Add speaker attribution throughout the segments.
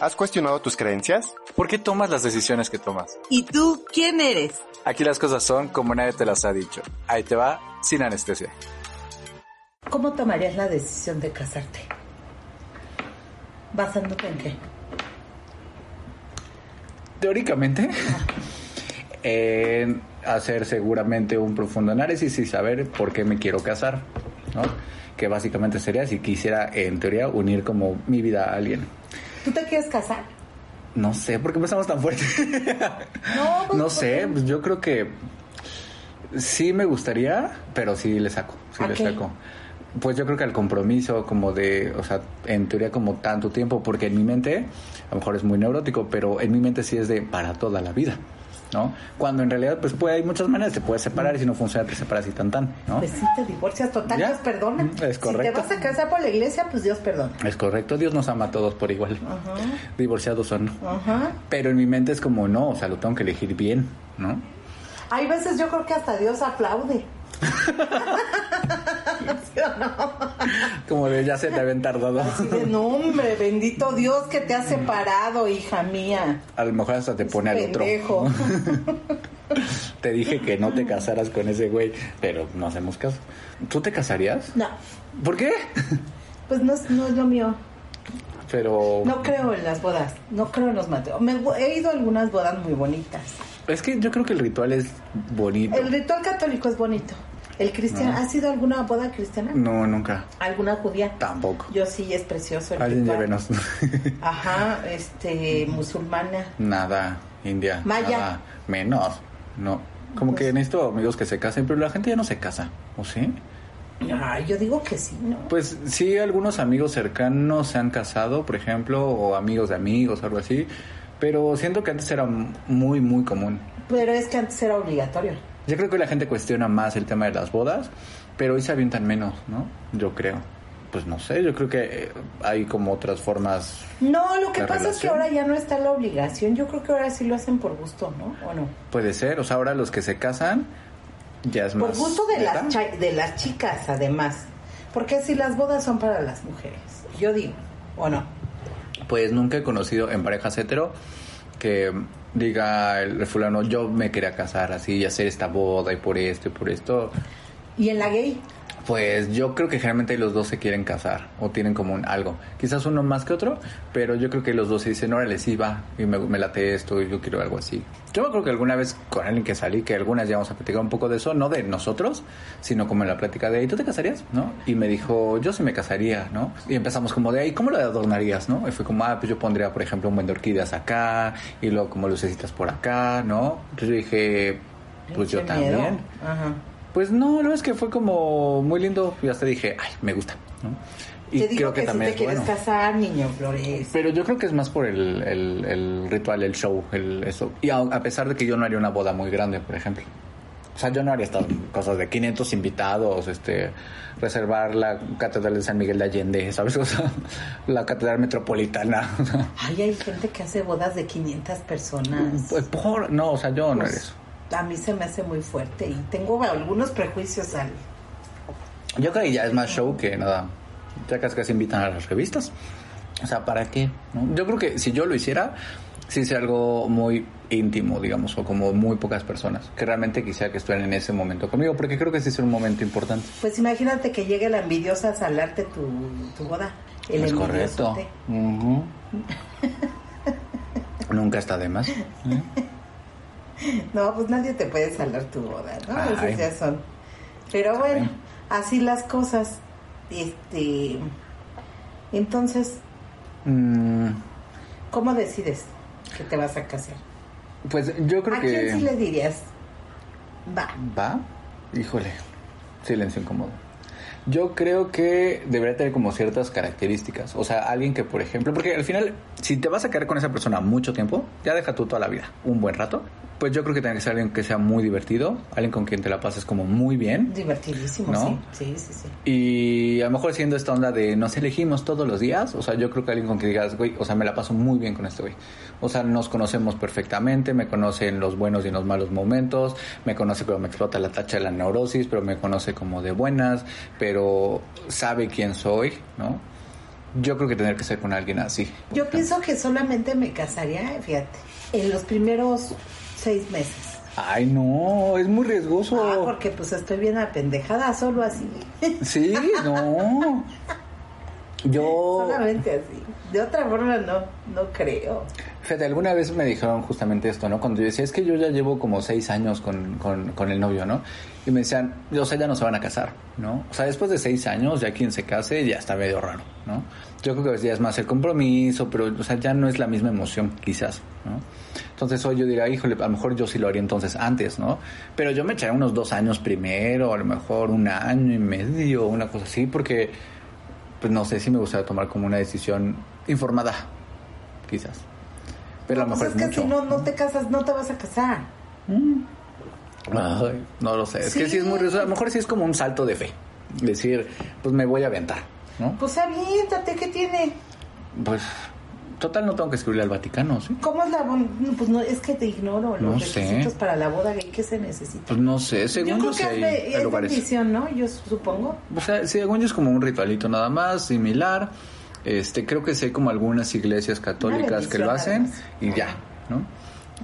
Speaker 1: ¿Has cuestionado tus creencias?
Speaker 2: ¿Por qué tomas las decisiones que tomas?
Speaker 3: ¿Y tú quién eres?
Speaker 2: Aquí las cosas son como nadie te las ha dicho. Ahí te va, sin anestesia.
Speaker 4: ¿Cómo tomarías la decisión de casarte? ¿Basándote en qué?
Speaker 5: Teóricamente, en hacer seguramente un profundo análisis y saber por qué me quiero casar, ¿no? Que básicamente sería si quisiera, en teoría, unir como mi vida a alguien.
Speaker 4: ¿Tú te quieres casar?
Speaker 5: No sé, ¿por qué empezamos tan fuerte?
Speaker 4: No, pues,
Speaker 5: no sé, pues yo creo que sí me gustaría, pero sí le saco, sí
Speaker 4: ¿A
Speaker 5: le
Speaker 4: qué?
Speaker 5: saco. Pues yo creo que al compromiso como de, o sea, en teoría como tanto tiempo, porque en mi mente, a lo mejor es muy neurótico, pero en mi mente sí es de para toda la vida, ¿no? Cuando en realidad pues puede, hay muchas maneras, te puedes separar y si no funciona te separas y tan tan, ¿no?
Speaker 4: Pues sí, te divorcias total,
Speaker 5: Ya.
Speaker 4: Dios perdona.
Speaker 5: Mm, es correcto.
Speaker 4: Si te vas a casar por la iglesia, pues Dios perdona.
Speaker 5: Es correcto, Dios nos ama a todos por igual,
Speaker 4: Ajá,
Speaker 5: divorciados o no.
Speaker 4: ajá.
Speaker 5: Pero en mi mente es como, no, o sea, lo tengo que elegir bien, ¿no?
Speaker 4: Hay veces yo creo que hasta Dios aplaude. ¿Sí o no?
Speaker 5: Como de ya se te habían tardado.
Speaker 4: Así de, no, hombre, bendito Dios que te ha separado, hija mía.
Speaker 5: A lo mejor hasta te pone al otro.
Speaker 4: Pendejo.
Speaker 5: Te dije que no te casaras con ese güey, pero no hacemos caso. ¿Tú te casarías?
Speaker 4: No,
Speaker 5: ¿Por qué?
Speaker 4: pues no, es- no es lo mío.
Speaker 5: Pero
Speaker 4: No creo en las bodas, no creo en los matrimonios. Me gu- he ido a algunas bodas muy bonitas.
Speaker 5: es que yo creo que el ritual es bonito. Mm.
Speaker 4: El ritual católico es bonito. El cristiano, ¿has ido a alguna boda cristiana?
Speaker 5: No, nunca.
Speaker 4: ¿Alguna judía?
Speaker 5: Tampoco.
Speaker 4: Yo sí, es precioso el
Speaker 5: Alguien
Speaker 4: ritual.
Speaker 5: llévenos.
Speaker 4: Ajá, este, musulmana.
Speaker 5: nada, India.
Speaker 4: Maya. Pues-
Speaker 5: Nada, menos. No. Como que necesito amigos que se casen, pero la gente ya no se casa. ¿O sí? Mm.
Speaker 4: Ay, yo digo que sí, ¿no?
Speaker 5: Pues sí, algunos amigos cercanos se han casado, por ejemplo, o amigos de amigos, algo así. Pero siento que antes era muy, muy común.
Speaker 4: Pero es que antes era obligatorio.
Speaker 5: Yo creo que la gente cuestiona más el tema de las bodas, pero hoy se avientan menos, ¿no? Yo creo. Pues no sé, yo creo que eh, hay como otras formas.
Speaker 4: No, lo que
Speaker 5: ¿La
Speaker 4: pasa es que
Speaker 5: relación?
Speaker 4: ahora ya no está la obligación. Yo creo que ahora sí lo hacen por gusto, ¿no? ¿O no?
Speaker 5: Puede ser, o sea, ahora los que se casan ya es más.
Speaker 4: Por gusto de
Speaker 5: ¿neta?
Speaker 4: las, cha- de las chicas, además. Porque si las bodas son para las mujeres, yo digo, ¿o no?
Speaker 5: Pues nunca he conocido en parejas hetero que diga el fulano, yo me quería casar así y hacer esta boda y por esto y por esto.
Speaker 4: Y en la gay,
Speaker 5: Pues yo creo que generalmente los dos se quieren casar o tienen como un algo. Quizás uno más que otro, pero yo creo que los dos se dicen, órale, sí, va, y me, me late esto, y yo quiero algo así. Yo me acuerdo que alguna vez con alguien que salí, que algunas ya vamos a platicar un poco de eso, no de nosotros, sino como en la plática de, ¿y tú te casarías? ¿No? Y me dijo, yo sí me casaría, ¿no? Y empezamos como de, ¿y cómo lo adornarías? ¿No? Y fue como, ah, pues yo pondría, por ejemplo, un buen de orquídeas acá, y luego como lucecitas por acá, ¿no? Entonces yo dije, pues yo
Speaker 4: Qué
Speaker 5: también.
Speaker 4: miedo. Ajá.
Speaker 5: Pues no, la verdad es que fue como muy lindo. Yo hasta dije, ay, me gusta. ¿no? Y
Speaker 4: te digo
Speaker 5: creo
Speaker 4: que,
Speaker 5: que,
Speaker 4: si
Speaker 5: también
Speaker 4: te
Speaker 5: es
Speaker 4: quieres
Speaker 5: bueno.
Speaker 4: casar, niño Flores.
Speaker 5: Pero yo creo que es más por el, el- el ritual, el show, el eso. Y a, a pesar de que yo no haría una boda muy grande, por ejemplo. O sea, yo no haría estas cosas de 500 invitados, este, reservar la Catedral de San Miguel de Allende, ¿sabes? O sea, la Catedral Metropolitana.
Speaker 4: Ay, hay gente que hace bodas de 500 personas.
Speaker 5: Pues, por- no, o sea, yo
Speaker 4: Pues
Speaker 5: no haría eso.
Speaker 4: a mí se me hace muy fuerte y tengo algunos prejuicios al...
Speaker 5: Yo creo que ya es más show que nada. Ya casi casi invitan a las revistas. O sea, ¿para qué? no? Yo creo que si yo lo hiciera, sí sería algo muy íntimo, digamos, o como muy pocas personas que realmente quisiera que estuvieran en ese momento conmigo, porque creo que sí es un momento importante.
Speaker 4: Pues imagínate que llegue la envidiosa a salarte tu, tu boda. El
Speaker 5: es correcto.
Speaker 4: envidiosote.
Speaker 5: Ujú. Nunca está de más.
Speaker 4: No, pues nadie te puede salar tu boda, ¿no?
Speaker 5: Ay.
Speaker 4: Esas ya son. Pero bueno,
Speaker 5: bien.
Speaker 4: así las cosas. Este, entonces,
Speaker 5: Mm,
Speaker 4: ¿cómo decides que te vas a casar?
Speaker 5: pues yo creo
Speaker 4: ¿A
Speaker 5: que...
Speaker 4: quién sí le dirías? Va.
Speaker 5: ¿Va? Híjole, silencio incómodo. Yo creo que debería tener como ciertas características. O sea, alguien que, por ejemplo, porque al final, si te vas a quedar con esa persona mucho tiempo, ya deja tú toda la vida, un buen rato. Pues yo creo que tiene que ser alguien que sea muy divertido, alguien con quien te la pases como muy bien.
Speaker 4: Divertidísimo,
Speaker 5: ¿No?
Speaker 4: sí. Sí, sí, sí.
Speaker 5: Y a lo mejor siendo esta onda de nos elegimos todos los días, o sea, yo creo que alguien con que digas, güey, o sea, me la paso muy bien con este güey. O sea, nos conocemos perfectamente, me conoce en los buenos y en los malos momentos, me conoce pero me explota la tacha de la neurosis, pero me conoce como de buenas, pero sabe quién soy, ¿no? Yo creo que tener que ser con alguien así.
Speaker 4: Yo pienso que solamente me casaría, fíjate, en los primeros seis meses.
Speaker 5: Ay, no, es muy riesgoso.
Speaker 4: Ah, porque pues estoy bien apendejada, solo así.
Speaker 5: Sí, no. Yo...
Speaker 4: Solamente así. De otra forma no, no creo.
Speaker 5: Fede, alguna vez me dijeron justamente esto, ¿no? Cuando yo decía, es que yo ya llevo como seis años con, con, con el novio, ¿no? Y me decían, o sea, ya no se van a casar, ¿no? O sea, después de seis años, ya quien se case ya está medio raro, ¿no? Yo creo que a veces ya es más el compromiso, pero, o sea, ya no es la misma emoción, quizás, ¿no? Entonces hoy yo diría, híjole, a lo mejor yo sí lo haría entonces antes, ¿no? Pero yo me echaría unos dos años primero, a lo mejor un año y medio, una cosa así, porque, pues no sé si me gustaría tomar como una decisión informada, quizás. Pero a lo
Speaker 4: Pues
Speaker 5: mejor
Speaker 4: es que
Speaker 5: mucho.
Speaker 4: si no, no te casas, no te vas a casar.
Speaker 5: Ay, no lo sé. Es que
Speaker 4: Sí.
Speaker 5: sí es muy riesgoso. A lo mejor sí es como un salto de fe. Decir, pues me voy a aventar, ¿no?
Speaker 4: Pues aviéntate, ¿qué tiene?
Speaker 5: Pues, total, no tengo que escribirle al Vaticano, ¿sí?
Speaker 4: ¿Cómo es la boda? Pues no, es que te ignoro los
Speaker 5: No sé.
Speaker 4: requisitos para la boda gay que se necesita.
Speaker 5: Pues no sé, según yo,
Speaker 4: Yo creo
Speaker 5: sé,
Speaker 4: que es, de-
Speaker 5: hay
Speaker 4: es
Speaker 5: lugares.
Speaker 4: bendición, ¿no? Yo supongo.
Speaker 5: O sea, según yo es como un ritualito nada más, similar. Este, creo que sé como algunas iglesias católicas que lo
Speaker 4: bendición,
Speaker 5: hacen y ya, ¿no?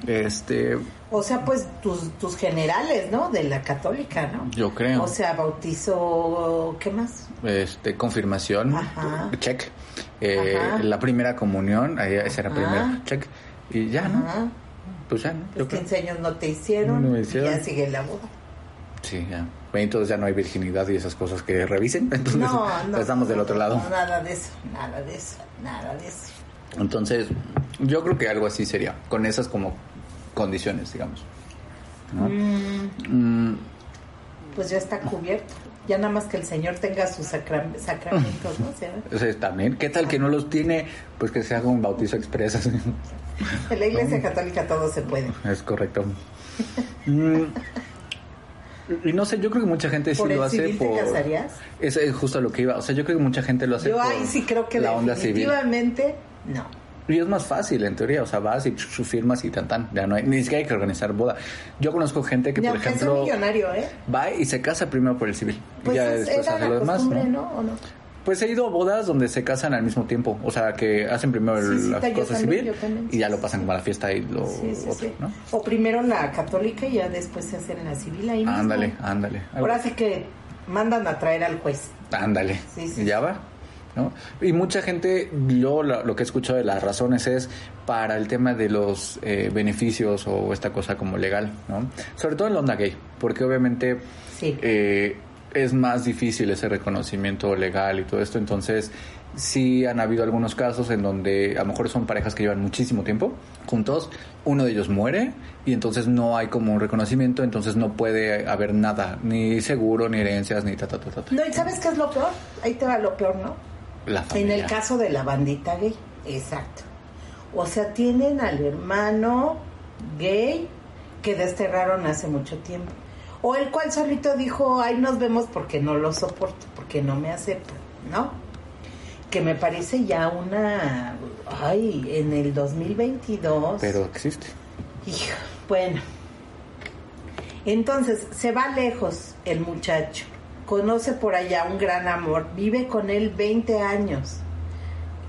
Speaker 5: Este,
Speaker 4: O sea, pues tus, tus generales, ¿no? De la católica, ¿no?
Speaker 5: Yo creo.
Speaker 4: O sea, bautizo, ¿qué más?
Speaker 5: este, confirmación,
Speaker 4: Ajá.
Speaker 5: check. Eh,
Speaker 4: Ajá.
Speaker 5: la primera comunión, ahí, esa era
Speaker 4: Ah.
Speaker 5: primera, check. Y ya, Ah, ¿no?
Speaker 4: Ajá.
Speaker 5: Pues ya, ¿no? Yo
Speaker 4: Los
Speaker 5: creo.
Speaker 4: 15 años no te hicieron.
Speaker 5: No me hicieron.
Speaker 4: y Ya sigue la boda.
Speaker 5: Sí, ya. Bueno, Entonces ya no hay virginidad y esas cosas que revisen. Entonces pues,
Speaker 4: No, no.
Speaker 5: estamos del otro
Speaker 4: no,
Speaker 5: lado.
Speaker 4: no, nada de eso, nada de eso, nada de eso.
Speaker 5: Entonces, yo creo que algo así sería, con esas como condiciones, digamos. ¿no? Mm,
Speaker 4: Pues ya está cubierto. Ya nada más que el Señor tenga sus sacram- sacramentos, ¿no? O sea,
Speaker 5: o sea, también, ¿qué tal que no los tiene? Pues que se haga un bautizo expreso.
Speaker 4: En la Iglesia Católica todo se puede.
Speaker 5: es correcto. Mm, y no sé, yo creo que mucha gente sí
Speaker 4: ¿Por
Speaker 5: lo
Speaker 4: el
Speaker 5: hace
Speaker 4: civil te
Speaker 5: por...
Speaker 4: casarías?
Speaker 5: Eso es justo a lo que iba. O sea, yo creo que mucha gente lo hace
Speaker 4: Yo
Speaker 5: por
Speaker 4: ahí sí creo que
Speaker 5: la onda civil.
Speaker 4: definitivamente no.
Speaker 5: Y es más fácil, en teoría. O sea, vas y chu- chu- firmas y tan, tan. Ya no hay, ni siquiera hay que organizar boda. Yo conozco gente que,
Speaker 4: Ni
Speaker 5: por
Speaker 4: aunque sea
Speaker 5: ejemplo,
Speaker 4: millonario, ¿eh?
Speaker 5: va y se casa primero por el civil.
Speaker 4: Pues
Speaker 5: y ya
Speaker 4: es-
Speaker 5: después
Speaker 4: era
Speaker 5: hace
Speaker 4: la
Speaker 5: lo demás.
Speaker 4: costumbre,
Speaker 5: ¿no?
Speaker 4: ¿no? ¿O no?
Speaker 5: Pues he ido a bodas donde se casan al mismo tiempo. O sea, que hacen primero
Speaker 4: Sí, sí,
Speaker 5: la
Speaker 4: ta- yo
Speaker 5: cosa
Speaker 4: también,
Speaker 5: civil
Speaker 4: yo también,
Speaker 5: y
Speaker 4: sí,
Speaker 5: ya lo
Speaker 4: sí,
Speaker 5: pasan
Speaker 4: sí.
Speaker 5: como a la fiesta y lo
Speaker 4: Sí, sí,
Speaker 5: otro,
Speaker 4: sí.
Speaker 5: ¿no?
Speaker 4: O primero la católica y ya después se hace en la civil ahí mismo.
Speaker 5: Ándale, ándale. Algo-
Speaker 4: Ahora sí que mandan a traer al juez.
Speaker 5: Ándale.
Speaker 4: Sí, sí,
Speaker 5: Y ya va. ¿no? Y mucha gente, yo lo, lo que he escuchado de las razones es para el tema de los eh, beneficios o esta cosa como legal, ¿no? Sobre todo en la onda gay, porque obviamente
Speaker 4: Sí.
Speaker 5: eh, es más difícil ese reconocimiento legal y todo esto, entonces sí han habido algunos casos en donde a lo mejor son parejas que llevan muchísimo tiempo juntos, uno de ellos muere y entonces no hay como un reconocimiento, entonces no puede haber nada, ni seguro, ni herencias, ni ta, ta, ta, ta. ta.
Speaker 4: No, ¿y sabes qué es lo peor? Ahí te va lo peor, ¿no?
Speaker 5: La
Speaker 4: En
Speaker 5: familia.
Speaker 4: el caso de la bandita gay. Exacto. O sea, tienen al hermano gay que desterraron hace mucho tiempo. O el cual solito dijo, ay, nos vemos porque no lo soporto, porque no me acepta, ¿no? Que me parece ya una... Ay, en el 2022...
Speaker 5: Pero existe.
Speaker 4: Hijo, bueno. Entonces, se va lejos el muchacho. Conoce por allá un gran amor. Vive con él 20 años.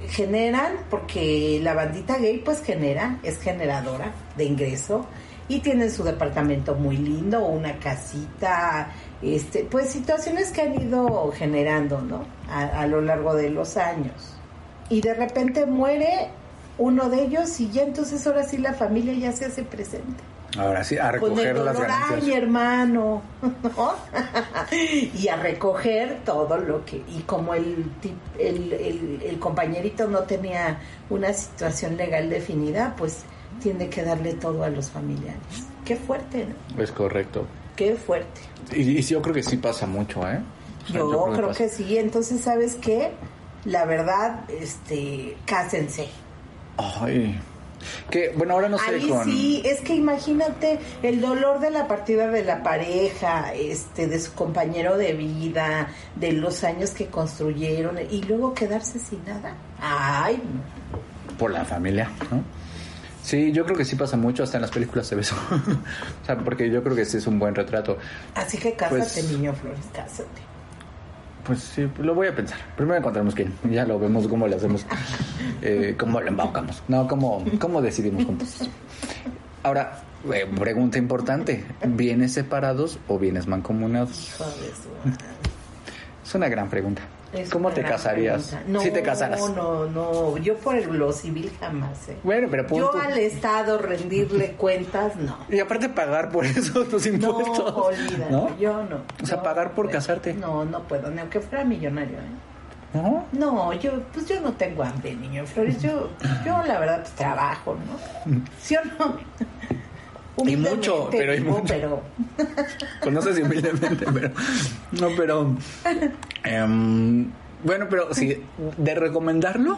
Speaker 4: Generan, porque la bandita gay pues genera, es generadora de ingreso. Y tienen su departamento muy lindo, una casita, este, pues situaciones que han ido generando, ¿no? A- a lo largo de los años y de repente muere uno de ellos y ya entonces ahora sí la familia ya se hace presente.
Speaker 5: Ahora sí,
Speaker 4: Con
Speaker 5: a
Speaker 4: el
Speaker 5: recoger las
Speaker 4: Pues, dolor, ay, mi
Speaker 5: ganancias.
Speaker 4: hermano, ¿no? y a recoger todo lo que... Y como el, tip- el, el- el compañerito no tenía una situación legal definida, pues tiene que darle todo a los familiares. Qué fuerte, ¿no?
Speaker 5: Es correcto.
Speaker 4: Qué fuerte.
Speaker 5: Y, y sí, yo creo que sí pasa mucho, ¿eh? sea,
Speaker 4: Yo,
Speaker 5: yo creo que
Speaker 4: creo
Speaker 5: pasa.
Speaker 4: que sí. Entonces, ¿sabes qué? La verdad, este, cásense.
Speaker 5: Ay. Que, bueno, ahora no sé
Speaker 4: Ahí
Speaker 5: con.
Speaker 4: sí, es que imagínate el dolor de la partida de la pareja, este, de su compañero de vida, de los años que construyeron y luego quedarse sin nada. Ay,
Speaker 5: por la familia, ¿no? Sí, yo creo que sí pasa mucho, hasta en las películas se ve eso. o sea, porque yo creo que sí es un buen retrato.
Speaker 4: así que cásate,
Speaker 5: Pues-
Speaker 4: niño Flores, cásate.
Speaker 5: Pues sí, lo voy a pensar. Primero encontramos quién, y ya lo vemos cómo lo hacemos, eh, cómo lo embaucamos, no, cómo, cómo decidimos juntos. Ahora, eh, pregunta importante, ¿bienes separados o bienes mancomunados?
Speaker 4: Hijo de su-
Speaker 5: Es una gran pregunta.
Speaker 4: es
Speaker 5: ¿Cómo
Speaker 4: una
Speaker 5: te
Speaker 4: gran
Speaker 5: casarías
Speaker 4: pregunta. No,
Speaker 5: si te casaras?
Speaker 4: No, no, no, yo por el- lo civil jamás. eh.
Speaker 5: Bueno, pero punto.
Speaker 4: Yo al Estado rendirle cuentas, no.
Speaker 5: Y aparte pagar por eso tus
Speaker 4: No,
Speaker 5: impuestos,
Speaker 4: olvídalo,
Speaker 5: ¿no?
Speaker 4: yo no.
Speaker 5: O sea,
Speaker 4: No,
Speaker 5: pagar
Speaker 4: no
Speaker 5: por
Speaker 4: puedo.
Speaker 5: casarte.
Speaker 4: No, no puedo, ni aunque fuera millonario. ¿eh?
Speaker 5: ¿No?
Speaker 4: No, yo, pues yo no tengo hambre, niño Flores. Yo, yo la verdad, pues trabajo, ¿no? ¿Sí o no?
Speaker 5: Y mucho,
Speaker 4: Humildemente
Speaker 5: pero y
Speaker 4: digo,
Speaker 5: mucho.
Speaker 4: pero
Speaker 5: Conoces humildemente, pero. No, pero. em, bueno, pero si de recomendarlo,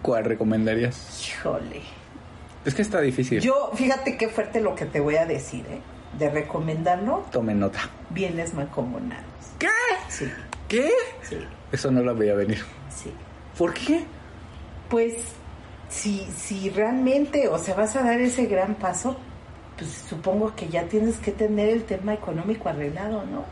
Speaker 5: ¿cuál recomendarías?
Speaker 4: híjole.
Speaker 5: Es que está difícil.
Speaker 4: Yo, fíjate qué fuerte lo que te voy a decir, ¿eh? De recomendarlo,
Speaker 5: Tomen nota.
Speaker 4: bienes mancomunados.
Speaker 5: ¿Qué?
Speaker 4: Sí,
Speaker 5: ¿Qué?
Speaker 4: sí,
Speaker 5: Eso no lo veía venir.
Speaker 4: sí.
Speaker 5: ¿Por qué?
Speaker 4: Pues, si, si realmente, o sea, vas a dar ese gran paso, pues supongo que ya tienes que tener el tema económico arreglado, ¿no?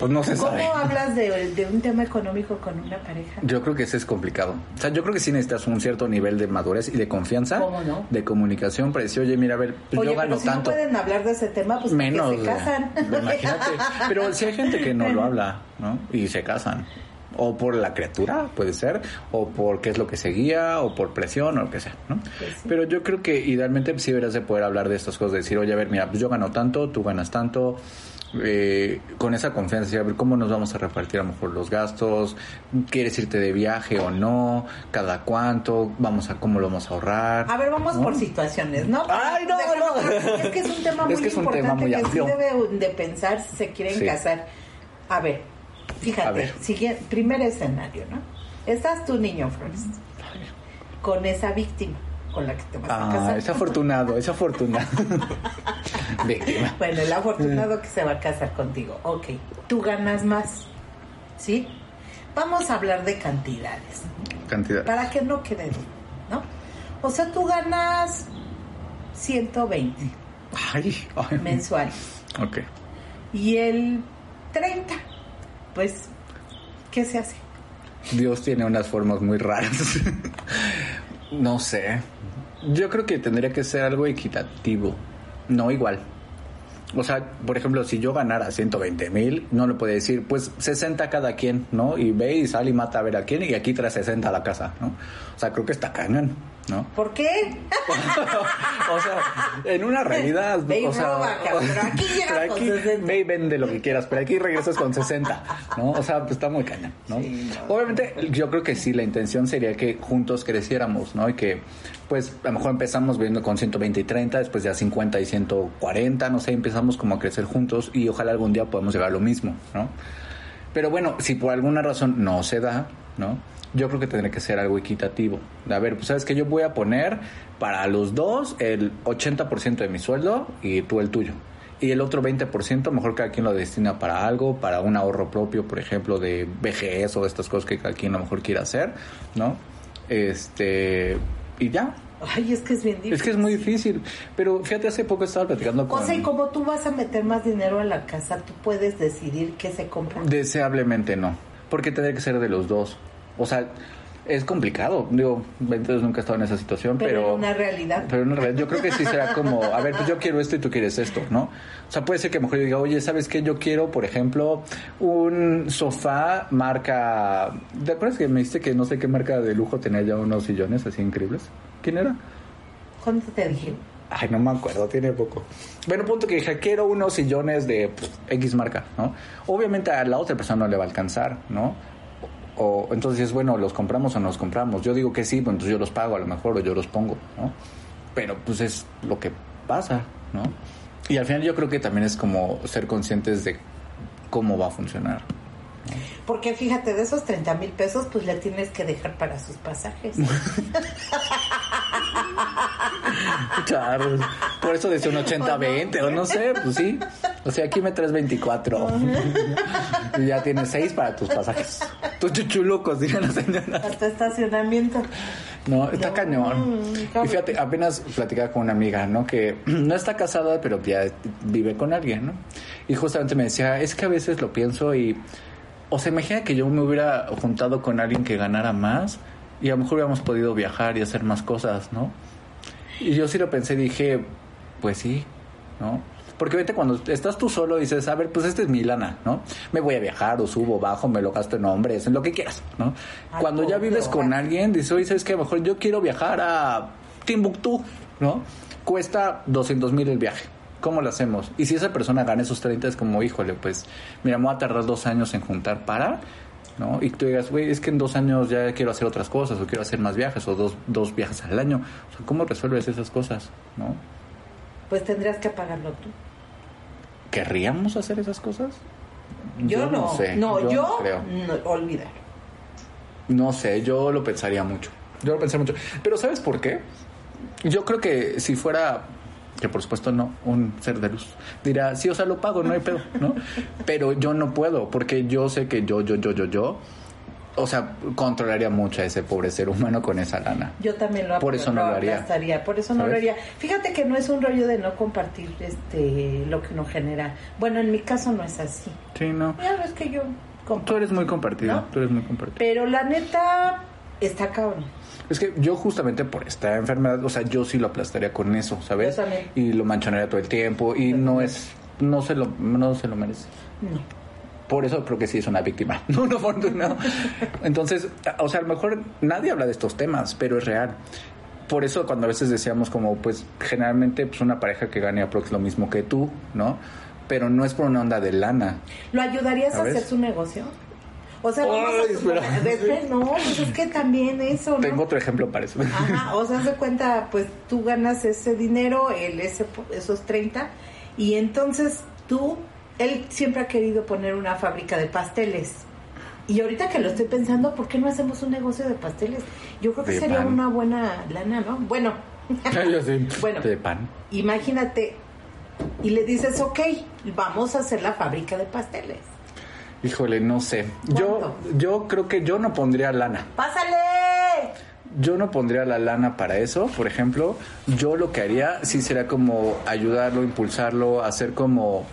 Speaker 5: Pues no se sabe.
Speaker 4: ¿Cómo hablas de, de un tema económico con una pareja?
Speaker 5: Yo creo que ese es complicado. O sea, yo creo que sí necesitas un cierto nivel de madurez y de confianza,
Speaker 4: ¿Cómo no?
Speaker 5: de comunicación, para decir, oye, mira, a ver, pues
Speaker 4: Oye,
Speaker 5: yo gano
Speaker 4: pero si
Speaker 5: tanto.
Speaker 4: no pueden hablar de ese tema, pues ¿por qué
Speaker 5: menos. Pues
Speaker 4: se casan. Ah,
Speaker 5: Imagínate. Pero si hay gente que no lo habla, ¿no? Y se casan. O por la criatura, puede ser, o por qué es lo que seguía, o por presión, o lo que sea, ¿no?
Speaker 4: Pues sí.
Speaker 5: Pero yo creo que idealmente pues, sí deberías de poder hablar de estas cosas, de decir, oye, a ver, mira, pues yo gano tanto, tú ganas tanto, eh, con esa confianza, decir, a ver, ¿cómo nos vamos a repartir a lo mejor los gastos? ¿Quieres irte de viaje o no? ¿Cada cuánto? ¿Vamos a cómo lo vamos a ahorrar?
Speaker 4: A ver, vamos por situaciones, ¿no?
Speaker 5: Ay, no, no.
Speaker 4: Es que es un tema muy
Speaker 5: Es que es un
Speaker 4: importante
Speaker 5: tema muy
Speaker 4: que
Speaker 5: amplio.
Speaker 4: sí debe de pensar si se quieren
Speaker 5: Sí.
Speaker 4: casar. A ver, fíjate,
Speaker 5: A ver.
Speaker 4: sigue- primer escenario, ¿no? Estás tu niño, Flores, con esa víctima con la que te vas a
Speaker 5: Ah,
Speaker 4: casar.
Speaker 5: es afortunado, es afortunado. Víctima.
Speaker 4: Bueno, el afortunado que se va a casar contigo. Ok, tú ganas más, ¿sí? Vamos a hablar de cantidades.
Speaker 5: Cantidad.
Speaker 4: para que no quede duda, ¿no? O sea, tú ganas 120
Speaker 5: Ay, ay.
Speaker 4: mensuales
Speaker 5: Ok.
Speaker 4: y el 30, pues, ¿qué se hace?
Speaker 5: Dios tiene unas formas muy raras. no sé. Yo creo que tendría que ser algo equitativo. No igual. O sea, por ejemplo, si yo ganara 120 mil, no le podía decir, pues 60 cada quien, ¿no? Y ve y sale y mata a ver a quién y aquí trae 60 a la casa, ¿no? O sea, creo que está cañón, ¿no?
Speaker 4: ¿Por qué?
Speaker 5: o sea, en una realidad.
Speaker 4: Ve y
Speaker 5: o sea,
Speaker 4: roba, cabrón, pero aquí llegas
Speaker 5: pero
Speaker 4: con
Speaker 5: aquí
Speaker 4: 60.
Speaker 5: Ve y vende lo que quieras, pero aquí regresas con 60, ¿no? O sea, pues está muy cañón, ¿no?
Speaker 4: Sí,
Speaker 5: Obviamente, yo creo que sí, la intención sería que juntos creciéramos, ¿no? Y que, pues, a lo mejor empezamos viendo con 120 y 30, después ya 50 y 140, no sé, empezamos como a crecer juntos y ojalá algún día podamos llegar a lo mismo, ¿no? Pero bueno, si por alguna razón no se da, ¿no? Yo creo que tendría que ser algo equitativo. A ver, pues sabes que yo voy a poner para los dos el 80% de mi sueldo y tú el tuyo. Y el otro 20%, mejor cada quien lo destina para algo, para un ahorro propio, por ejemplo, de vejez o estas cosas que cada quien a lo mejor quiera hacer, ¿no? Este, y ya.
Speaker 4: Ay, es que es bien difícil.
Speaker 5: Es que es muy difícil. Pero fíjate, hace poco estaba platicando con...
Speaker 4: O sea, y como tú vas a meter más dinero a la casa, tú puedes decidir qué se compra.
Speaker 5: Deseablemente no, porque tendría que ser de los dos. O sea, es complicado. Digo, entonces nunca he estado en esa situación,
Speaker 4: Pero
Speaker 5: pero...
Speaker 4: en una realidad.
Speaker 5: Pero en realidad yo creo que sí será como, a ver, pues yo quiero esto y tú quieres esto, ¿no? O sea, puede ser que a lo mejor yo diga, oye, ¿sabes qué? Yo quiero, por ejemplo, un sofá marca... ¿Te acuerdas que me dijiste que no sé qué marca de lujo tenía ya unos sillones así increíbles? ¿Quién era?
Speaker 4: ¿Cuánto te dije?
Speaker 5: Ay, no me acuerdo, tiene poco. Bueno, punto que dije, quiero unos sillones de pues, X marca, ¿no? Obviamente a la otra persona no le va a alcanzar, ¿no? O entonces, bueno, los compramos o no los compramos. Yo digo que sí, pues entonces yo los pago a lo mejor o yo los pongo, ¿no? Pero pues es lo que pasa, ¿no? Y al final yo creo que también es como ser conscientes de cómo va a funcionar.
Speaker 4: Porque fíjate, de esos 30 mil pesos, pues le tienes que dejar para sus pasajes.
Speaker 5: Charros. Por eso decía un 80-20, o no sé, pues sí. O sea, aquí me traes 24. y ya tienes 6 para tus pasajes. Tus chuchulucos, digan las señoras.
Speaker 4: Hasta estacionamiento.
Speaker 5: No, está
Speaker 4: No, Mm,
Speaker 5: cañón.
Speaker 4: cabrón.
Speaker 5: Y fíjate, apenas platicaba con una amiga, ¿no? Que no está casada, pero ya vive con alguien, ¿no? Y justamente me decía, es que a veces lo pienso y... O sea, imagina que yo me hubiera juntado con alguien que ganara más y a lo mejor hubiéramos podido viajar y hacer más cosas, ¿no? Y yo sí lo pensé, dije, pues sí, ¿no? Porque vete cuando estás tú solo dices, a ver, pues esta es mi lana, ¿no? Me voy a viajar o subo, bajo, me lo gasto en hombres, en lo que quieras, ¿no?
Speaker 4: Al
Speaker 5: cuando ya
Speaker 4: punto,
Speaker 5: vives con
Speaker 4: ajá.
Speaker 5: alguien, dices, oye, ¿sabes qué? A lo mejor yo quiero viajar a Timbuktu, ¿no? Cuesta 200 mil el viaje. ¿Cómo lo hacemos? Y si esa persona gana esos 30, es como, híjole, pues, mira, me voy a tardar dos años en juntar para, ¿no? Y tú digas, güey, es que en dos años ya quiero hacer otras cosas, o quiero hacer más viajes, o dos, dos viajes al año. O sea, ¿cómo resuelves esas cosas, no?
Speaker 4: Pues tendrías que pagarlo tú.
Speaker 5: ¿Querríamos hacer esas cosas?
Speaker 4: Yo, no. No, yo,
Speaker 5: no creo.
Speaker 4: no, olvidar.
Speaker 5: No sé, yo lo pensaría mucho. Yo lo pensaría mucho. Pero ¿sabes por qué? Yo creo que si fuera, que por supuesto no, un ser de luz, dirá, sí, o sea, lo pago, no hay pedo, ¿no? Pero yo no puedo, porque yo sé que yo, yo, yo, yo, yo, o sea, controlaría mucho a ese pobre ser humano con esa lana.
Speaker 4: Yo también lo
Speaker 5: Por eso no lo haría.
Speaker 4: aplastaría, por eso no lo
Speaker 5: ¿Sabes?
Speaker 4: haría. Fíjate que no es un rollo de no compartir este lo que uno genera. Bueno, en mi caso no es así.
Speaker 5: Sí, no.
Speaker 4: Ya ves que yo
Speaker 5: Tú
Speaker 4: comparto.
Speaker 5: eres muy compartido,
Speaker 4: ¿No?
Speaker 5: tú eres muy compartido.
Speaker 4: Pero la neta está cabrón.
Speaker 5: Es que yo justamente por esta enfermedad, o sea, yo sí lo aplastaría con eso, ¿sabes?
Speaker 4: Yo también.
Speaker 5: Y lo manchonaría todo el tiempo y no es, no se lo, no se lo merece.
Speaker 4: No.
Speaker 5: Por eso creo que sí es una víctima, no un afortunado. Entonces, o sea, a lo mejor nadie habla de estos temas, pero es real. Por eso cuando a veces decíamos como, pues generalmente pues una pareja que gane aprox lo mismo que tú, ¿no? Pero no es por una onda de lana.
Speaker 4: ¿Lo ayudarías a
Speaker 5: ¿Sabes?
Speaker 4: hacer su negocio? O sea, vamos a
Speaker 5: Ay,
Speaker 4: suponer-
Speaker 5: espera.
Speaker 4: ves que no, pues es que también eso, ¿no?
Speaker 5: Tengo otro ejemplo para eso.
Speaker 4: Ajá, o sea, haz de cuenta, pues tú ganas ese dinero, él ese, esos 30, y entonces tú, él siempre ha querido poner una fábrica de pasteles. Y ahorita que lo estoy pensando, ¿por qué no hacemos un negocio de pasteles? Yo creo que
Speaker 5: De
Speaker 4: sería
Speaker 5: pan.
Speaker 4: una buena lana, ¿no? Bueno,
Speaker 5: Yo sí.
Speaker 4: Bueno.
Speaker 5: De pan.
Speaker 4: imagínate, y le dices, ok, vamos a hacer la fábrica de pasteles.
Speaker 5: Híjole, no sé. Yo,
Speaker 4: ¿Cuánto?
Speaker 5: yo creo que yo no pondría lana.
Speaker 4: ¡Pásale!
Speaker 5: Yo no pondría la lana para eso, por ejemplo. Yo lo que haría sí será como ayudarlo, impulsarlo, hacer como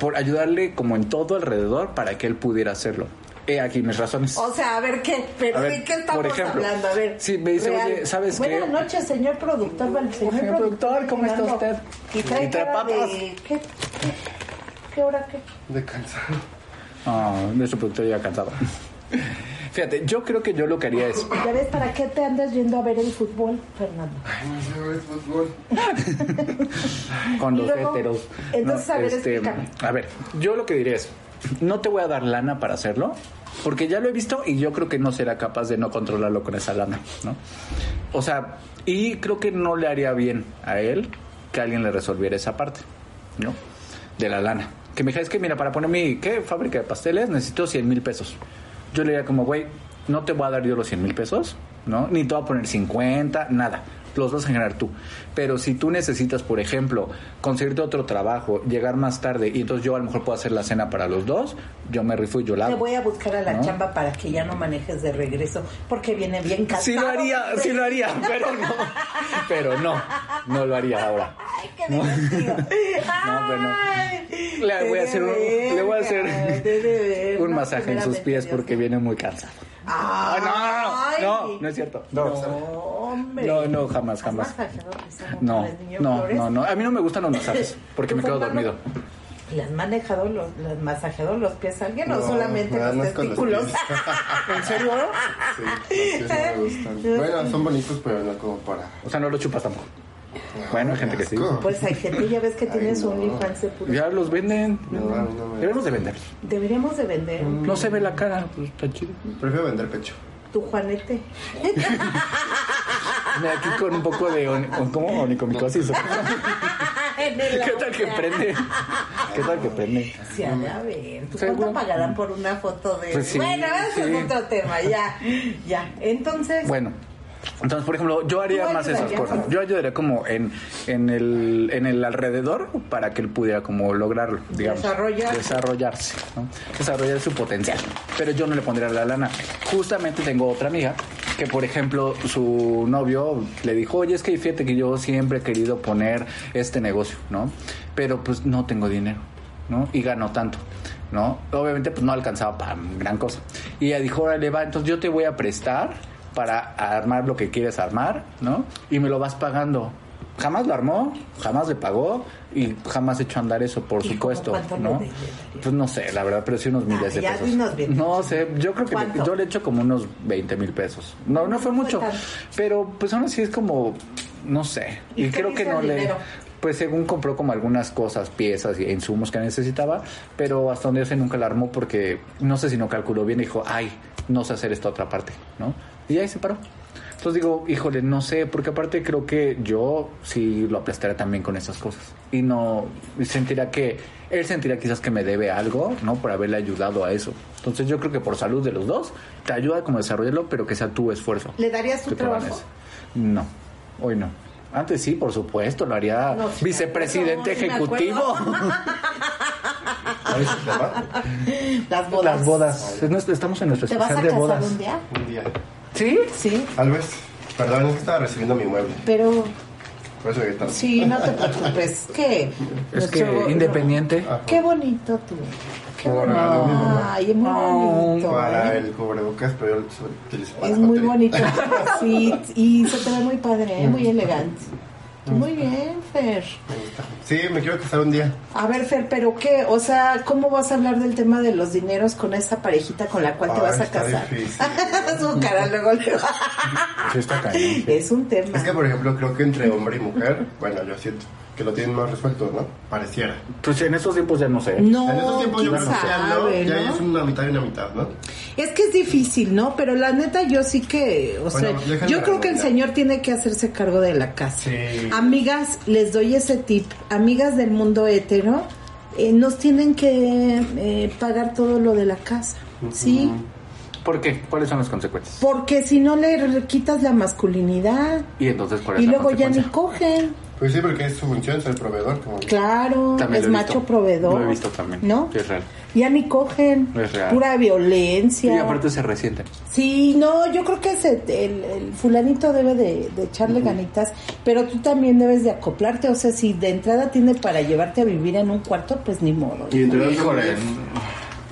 Speaker 5: por ayudarle como en todo alrededor para que él pudiera hacerlo. He aquí mis razones.
Speaker 4: O sea, a ver qué, pero
Speaker 5: A ver,
Speaker 4: ¿de qué estamos
Speaker 5: por ejemplo,
Speaker 4: hablando? A ver.
Speaker 5: sí, me dice,
Speaker 4: real.
Speaker 5: oye, ¿sabes
Speaker 4: Buenas
Speaker 5: qué?
Speaker 4: noches, señor productor. vale, Señor,
Speaker 5: Señor productor, ¿cómo está
Speaker 4: llegando.
Speaker 5: usted?
Speaker 4: Y trae
Speaker 5: Y trae
Speaker 4: cara de-
Speaker 5: papas.
Speaker 4: ¿qué, qué, qué hora qué?
Speaker 1: De cansado.
Speaker 5: Ah, nuestro productor ya cantaba. Fíjate, yo creo que yo lo que haría es
Speaker 4: ¿Ya ves para qué te andas yendo a ver el fútbol, Fernando?
Speaker 1: Ay, no sé ver fútbol.
Speaker 5: con
Speaker 4: Y
Speaker 5: los
Speaker 4: luego,
Speaker 5: héteros. este,
Speaker 4: entonces, a ver, explícame.
Speaker 5: a ver, yo lo que diría es, no te voy a dar lana para hacerlo, porque ya lo he visto y yo creo que no será capaz de no controlarlo con esa lana, ¿no? O sea, y creo que no le haría bien a él que alguien le resolviera esa parte, ¿no? De la lana. Que me dijera, es que mira, para poner mi, ¿qué? Fábrica de pasteles necesito 100 mil pesos. Yo le diría como, güey, no te voy a dar yo los 100 mil pesos, ¿no? Ni te voy a poner 50, nada. Los vas a generar tú. Pero si tú necesitas, por ejemplo, conseguirte otro trabajo, llegar más tarde y entonces yo a lo mejor puedo hacer la cena para los dos, yo me rifo y yo la
Speaker 4: Te
Speaker 5: hago.
Speaker 4: voy a buscar a la
Speaker 5: ¿No?
Speaker 4: chamba para que ya no manejes de regreso, porque viene bien cansado.
Speaker 5: Sí lo haría, sí lo haría, pero no, pero no, no lo haría ahora.
Speaker 4: Ay, qué divertido.
Speaker 5: No, pero no.
Speaker 4: Ay,
Speaker 5: Le voy a
Speaker 4: te
Speaker 5: hacer un,
Speaker 4: de
Speaker 5: le voy a
Speaker 4: ver, te de
Speaker 5: hacer
Speaker 4: ver.
Speaker 5: un
Speaker 4: No,
Speaker 5: masaje en sus
Speaker 4: primeramente,
Speaker 5: pies
Speaker 4: Dios
Speaker 5: porque
Speaker 4: mío.
Speaker 5: viene muy cansado.
Speaker 4: Ay,
Speaker 5: Ah, no, no, no, no es cierto. No,
Speaker 4: No, hombre.
Speaker 5: No, no, jamás,
Speaker 4: ¿Has
Speaker 5: jamás.
Speaker 4: masajeado tus hombres,
Speaker 5: No,
Speaker 4: niño
Speaker 5: no,
Speaker 4: Flores?
Speaker 5: no, no. A mí no me gustan los masajes porque me quedo dormido.
Speaker 4: ¿Le has manejado los, le has masajeado los pies a alguien o
Speaker 1: No,
Speaker 4: solamente
Speaker 1: nada
Speaker 4: los
Speaker 1: más con los
Speaker 4: testículos?
Speaker 1: pies. Sí, los pies no me gustan. Bueno, son bonitos, pero no como para.
Speaker 5: O sea, no los chupas tampoco. Bueno, hay gente que sí.
Speaker 1: Asco.
Speaker 4: pues hay gente, ya ves que tienes
Speaker 1: no.
Speaker 4: un infante puro.
Speaker 5: Ya los venden.
Speaker 1: No, a mí no me
Speaker 5: Debemos de venderlos.
Speaker 4: Deberíamos de vender
Speaker 1: Mm.
Speaker 5: No se ve la cara, pues está chido.
Speaker 1: Prefiero vender pecho.
Speaker 4: tu juanete.
Speaker 5: Mira, aquí con un poco de on- ¿cómo? onicomicosis.
Speaker 4: En prende la
Speaker 5: ¿Qué tal que
Speaker 4: hoguera.
Speaker 5: prende? ¿Qué tal que prende?
Speaker 4: Sí, a ver, a ver, ¿tú
Speaker 5: Seguro.
Speaker 4: ¿cuánto pagarán por una foto de...?
Speaker 5: Pues sí,
Speaker 4: bueno, ese
Speaker 5: sí.
Speaker 4: es otro tema, ya, ya. Entonces,
Speaker 5: Bueno. Entonces, por ejemplo, yo haría
Speaker 4: Tú
Speaker 5: más esas
Speaker 4: ayudarías.
Speaker 5: cosas. Yo ayudaría como en, en, el, en el alrededor para que él pudiera como lograrlo, digamos.
Speaker 4: Desarrollar.
Speaker 5: Desarrollarse, ¿no? Desarrollar su potencial. Pero yo no le pondría la lana. Justamente tengo otra amiga que, por ejemplo, su novio le dijo, oye, es que fíjate que yo siempre he querido poner este negocio, ¿no? Pero pues no tengo dinero, ¿no? Y ganó tanto. ¿No? Obviamente, pues no alcanzaba para gran cosa. Y ella dijo: Órale, va, entonces yo te voy a prestar para armar lo que quieres armar, ¿no? Y me lo vas pagando. Jamás lo armó, jamás le pagó y jamás echó a andar eso, por
Speaker 4: ¿Y
Speaker 5: supuesto,
Speaker 4: cómo cuánto
Speaker 5: ¿no?
Speaker 4: le- le- le-
Speaker 5: Pues no sé, la verdad, pero sí unos miles de
Speaker 4: ya
Speaker 5: pesos.
Speaker 4: dinos bien.
Speaker 5: No sé, yo creo que le-
Speaker 4: ¿Cuánto?
Speaker 5: yo le echo como unos 20 mil pesos. No, no fue
Speaker 4: No fue
Speaker 5: mucho,
Speaker 4: tanto.
Speaker 5: pero pues aún así es como, no sé.
Speaker 4: ¿Y
Speaker 5: Y,
Speaker 4: qué
Speaker 5: creo que
Speaker 4: hizo
Speaker 5: no
Speaker 4: el
Speaker 5: le...
Speaker 4: dinero?
Speaker 5: Pues según compró como algunas cosas, piezas y insumos que necesitaba, pero hasta donde yo sé nunca la armó porque no sé si no calculó bien y dijo, ay, no sé hacer esta otra parte, ¿no? Y ahí se paró. Entonces digo, híjole, no sé, porque aparte creo que yo sí lo aplastaría también con esas cosas. Y no, y sentirá que, él sentirá quizás que me debe algo, ¿no? Por haberle ayudado a eso. Entonces yo creo que por salud de los dos, te ayuda como a desarrollarlo, pero que sea tu esfuerzo.
Speaker 4: ¿Le darías tu
Speaker 5: Que pongan
Speaker 4: trabajo?
Speaker 5: eso. No, hoy no. Antes sí, por supuesto, lo haría
Speaker 4: No, sí me
Speaker 5: vicepresidente
Speaker 4: acuerdo, sí me
Speaker 5: ejecutivo.
Speaker 1: ¿Sabes el trabajo?
Speaker 4: las bodas.
Speaker 5: Las bodas. Es nuestro- Estamos en nuestro
Speaker 4: ¿Te vas a casar
Speaker 5: especial de bodas.
Speaker 4: un día?
Speaker 1: Un día.
Speaker 5: ¿Sí?
Speaker 4: Sí,
Speaker 1: Tal vez. Perdón, es que estaba recibiendo mi mueble.
Speaker 4: pero
Speaker 1: Por eso llegué tarde.
Speaker 4: sí, no te preocupes, que...
Speaker 5: Es que
Speaker 4: nuestro-
Speaker 5: independiente.
Speaker 1: Ajá.
Speaker 4: Qué bonito tú. Qué
Speaker 1: Me lo regaló mi mamá.
Speaker 4: Ay, es muy bonito.
Speaker 1: Para
Speaker 4: ¿eh?
Speaker 1: el cubrebocas, pero yo lo utilizo para
Speaker 4: Es
Speaker 1: la
Speaker 4: muy
Speaker 1: batería.
Speaker 4: bonito. Sí, y se te ve muy padre, ¿eh? muy elegante. Muy bien, Fer.
Speaker 1: Sí, me quiero casar un día.
Speaker 4: A ver, Fer, pero qué, o sea, ¿cómo vas a hablar del tema de los dineros con esta parejita con la cual te
Speaker 1: Ay,
Speaker 4: vas a
Speaker 1: Ah, está
Speaker 4: casar?
Speaker 1: difícil.
Speaker 4: Su cara luego le va.
Speaker 5: Ah, Sí, está cañón.
Speaker 4: Es un tema.
Speaker 1: Es que, por ejemplo, creo que entre hombre y mujer, bueno, yo siento que lo tienen más resuelto, ¿no? Pareciera.
Speaker 5: Pues en esos tiempos ya no sé.
Speaker 4: no,
Speaker 1: en estos tiempos yo
Speaker 4: quién
Speaker 1: creo que ya no,
Speaker 4: sabe,
Speaker 1: ya
Speaker 4: ¿no?
Speaker 1: es una mitad y una mitad, ¿no?
Speaker 4: Es que es difícil, ¿no? Pero la neta, yo sí que, o
Speaker 1: Bueno,
Speaker 4: sea,
Speaker 1: déjame
Speaker 4: yo creo que el
Speaker 1: redondear.
Speaker 4: señor tiene que hacerse cargo de la casa.
Speaker 1: Sí.
Speaker 4: Amigas, les doy ese tip. Amigas del mundo hetero, eh, nos tienen que eh, pagar todo lo de la casa, ¿sí?
Speaker 1: Mm.
Speaker 5: ¿Por qué? ¿Cuáles son las consecuencias?
Speaker 4: Porque si no le r- quitas la masculinidad
Speaker 5: Y entonces, ¿cuál es
Speaker 4: y
Speaker 5: la
Speaker 4: luego ya ni
Speaker 5: consecuencia?
Speaker 4: cogen.
Speaker 1: Pues sí, porque es su función, ser proveedor. Como...
Speaker 4: Claro,
Speaker 5: También
Speaker 4: es
Speaker 5: lo he visto.
Speaker 4: macho proveedor.
Speaker 5: Lo he visto también.
Speaker 4: ¿No? Ah,
Speaker 5: Sí, es real.
Speaker 4: Ya ni cogen.
Speaker 5: Es real.
Speaker 4: Pura violencia.
Speaker 5: Y aparte se resienten.
Speaker 4: Sí, no, yo creo que ese- el, el fulanito debe de, de echarle ganitas, pero tú también debes de acoplarte, o sea, si de entrada tiene para llevarte a vivir en un cuarto, pues ni modo,
Speaker 1: Y entre los
Speaker 5: Híjole.
Speaker 1: hombres,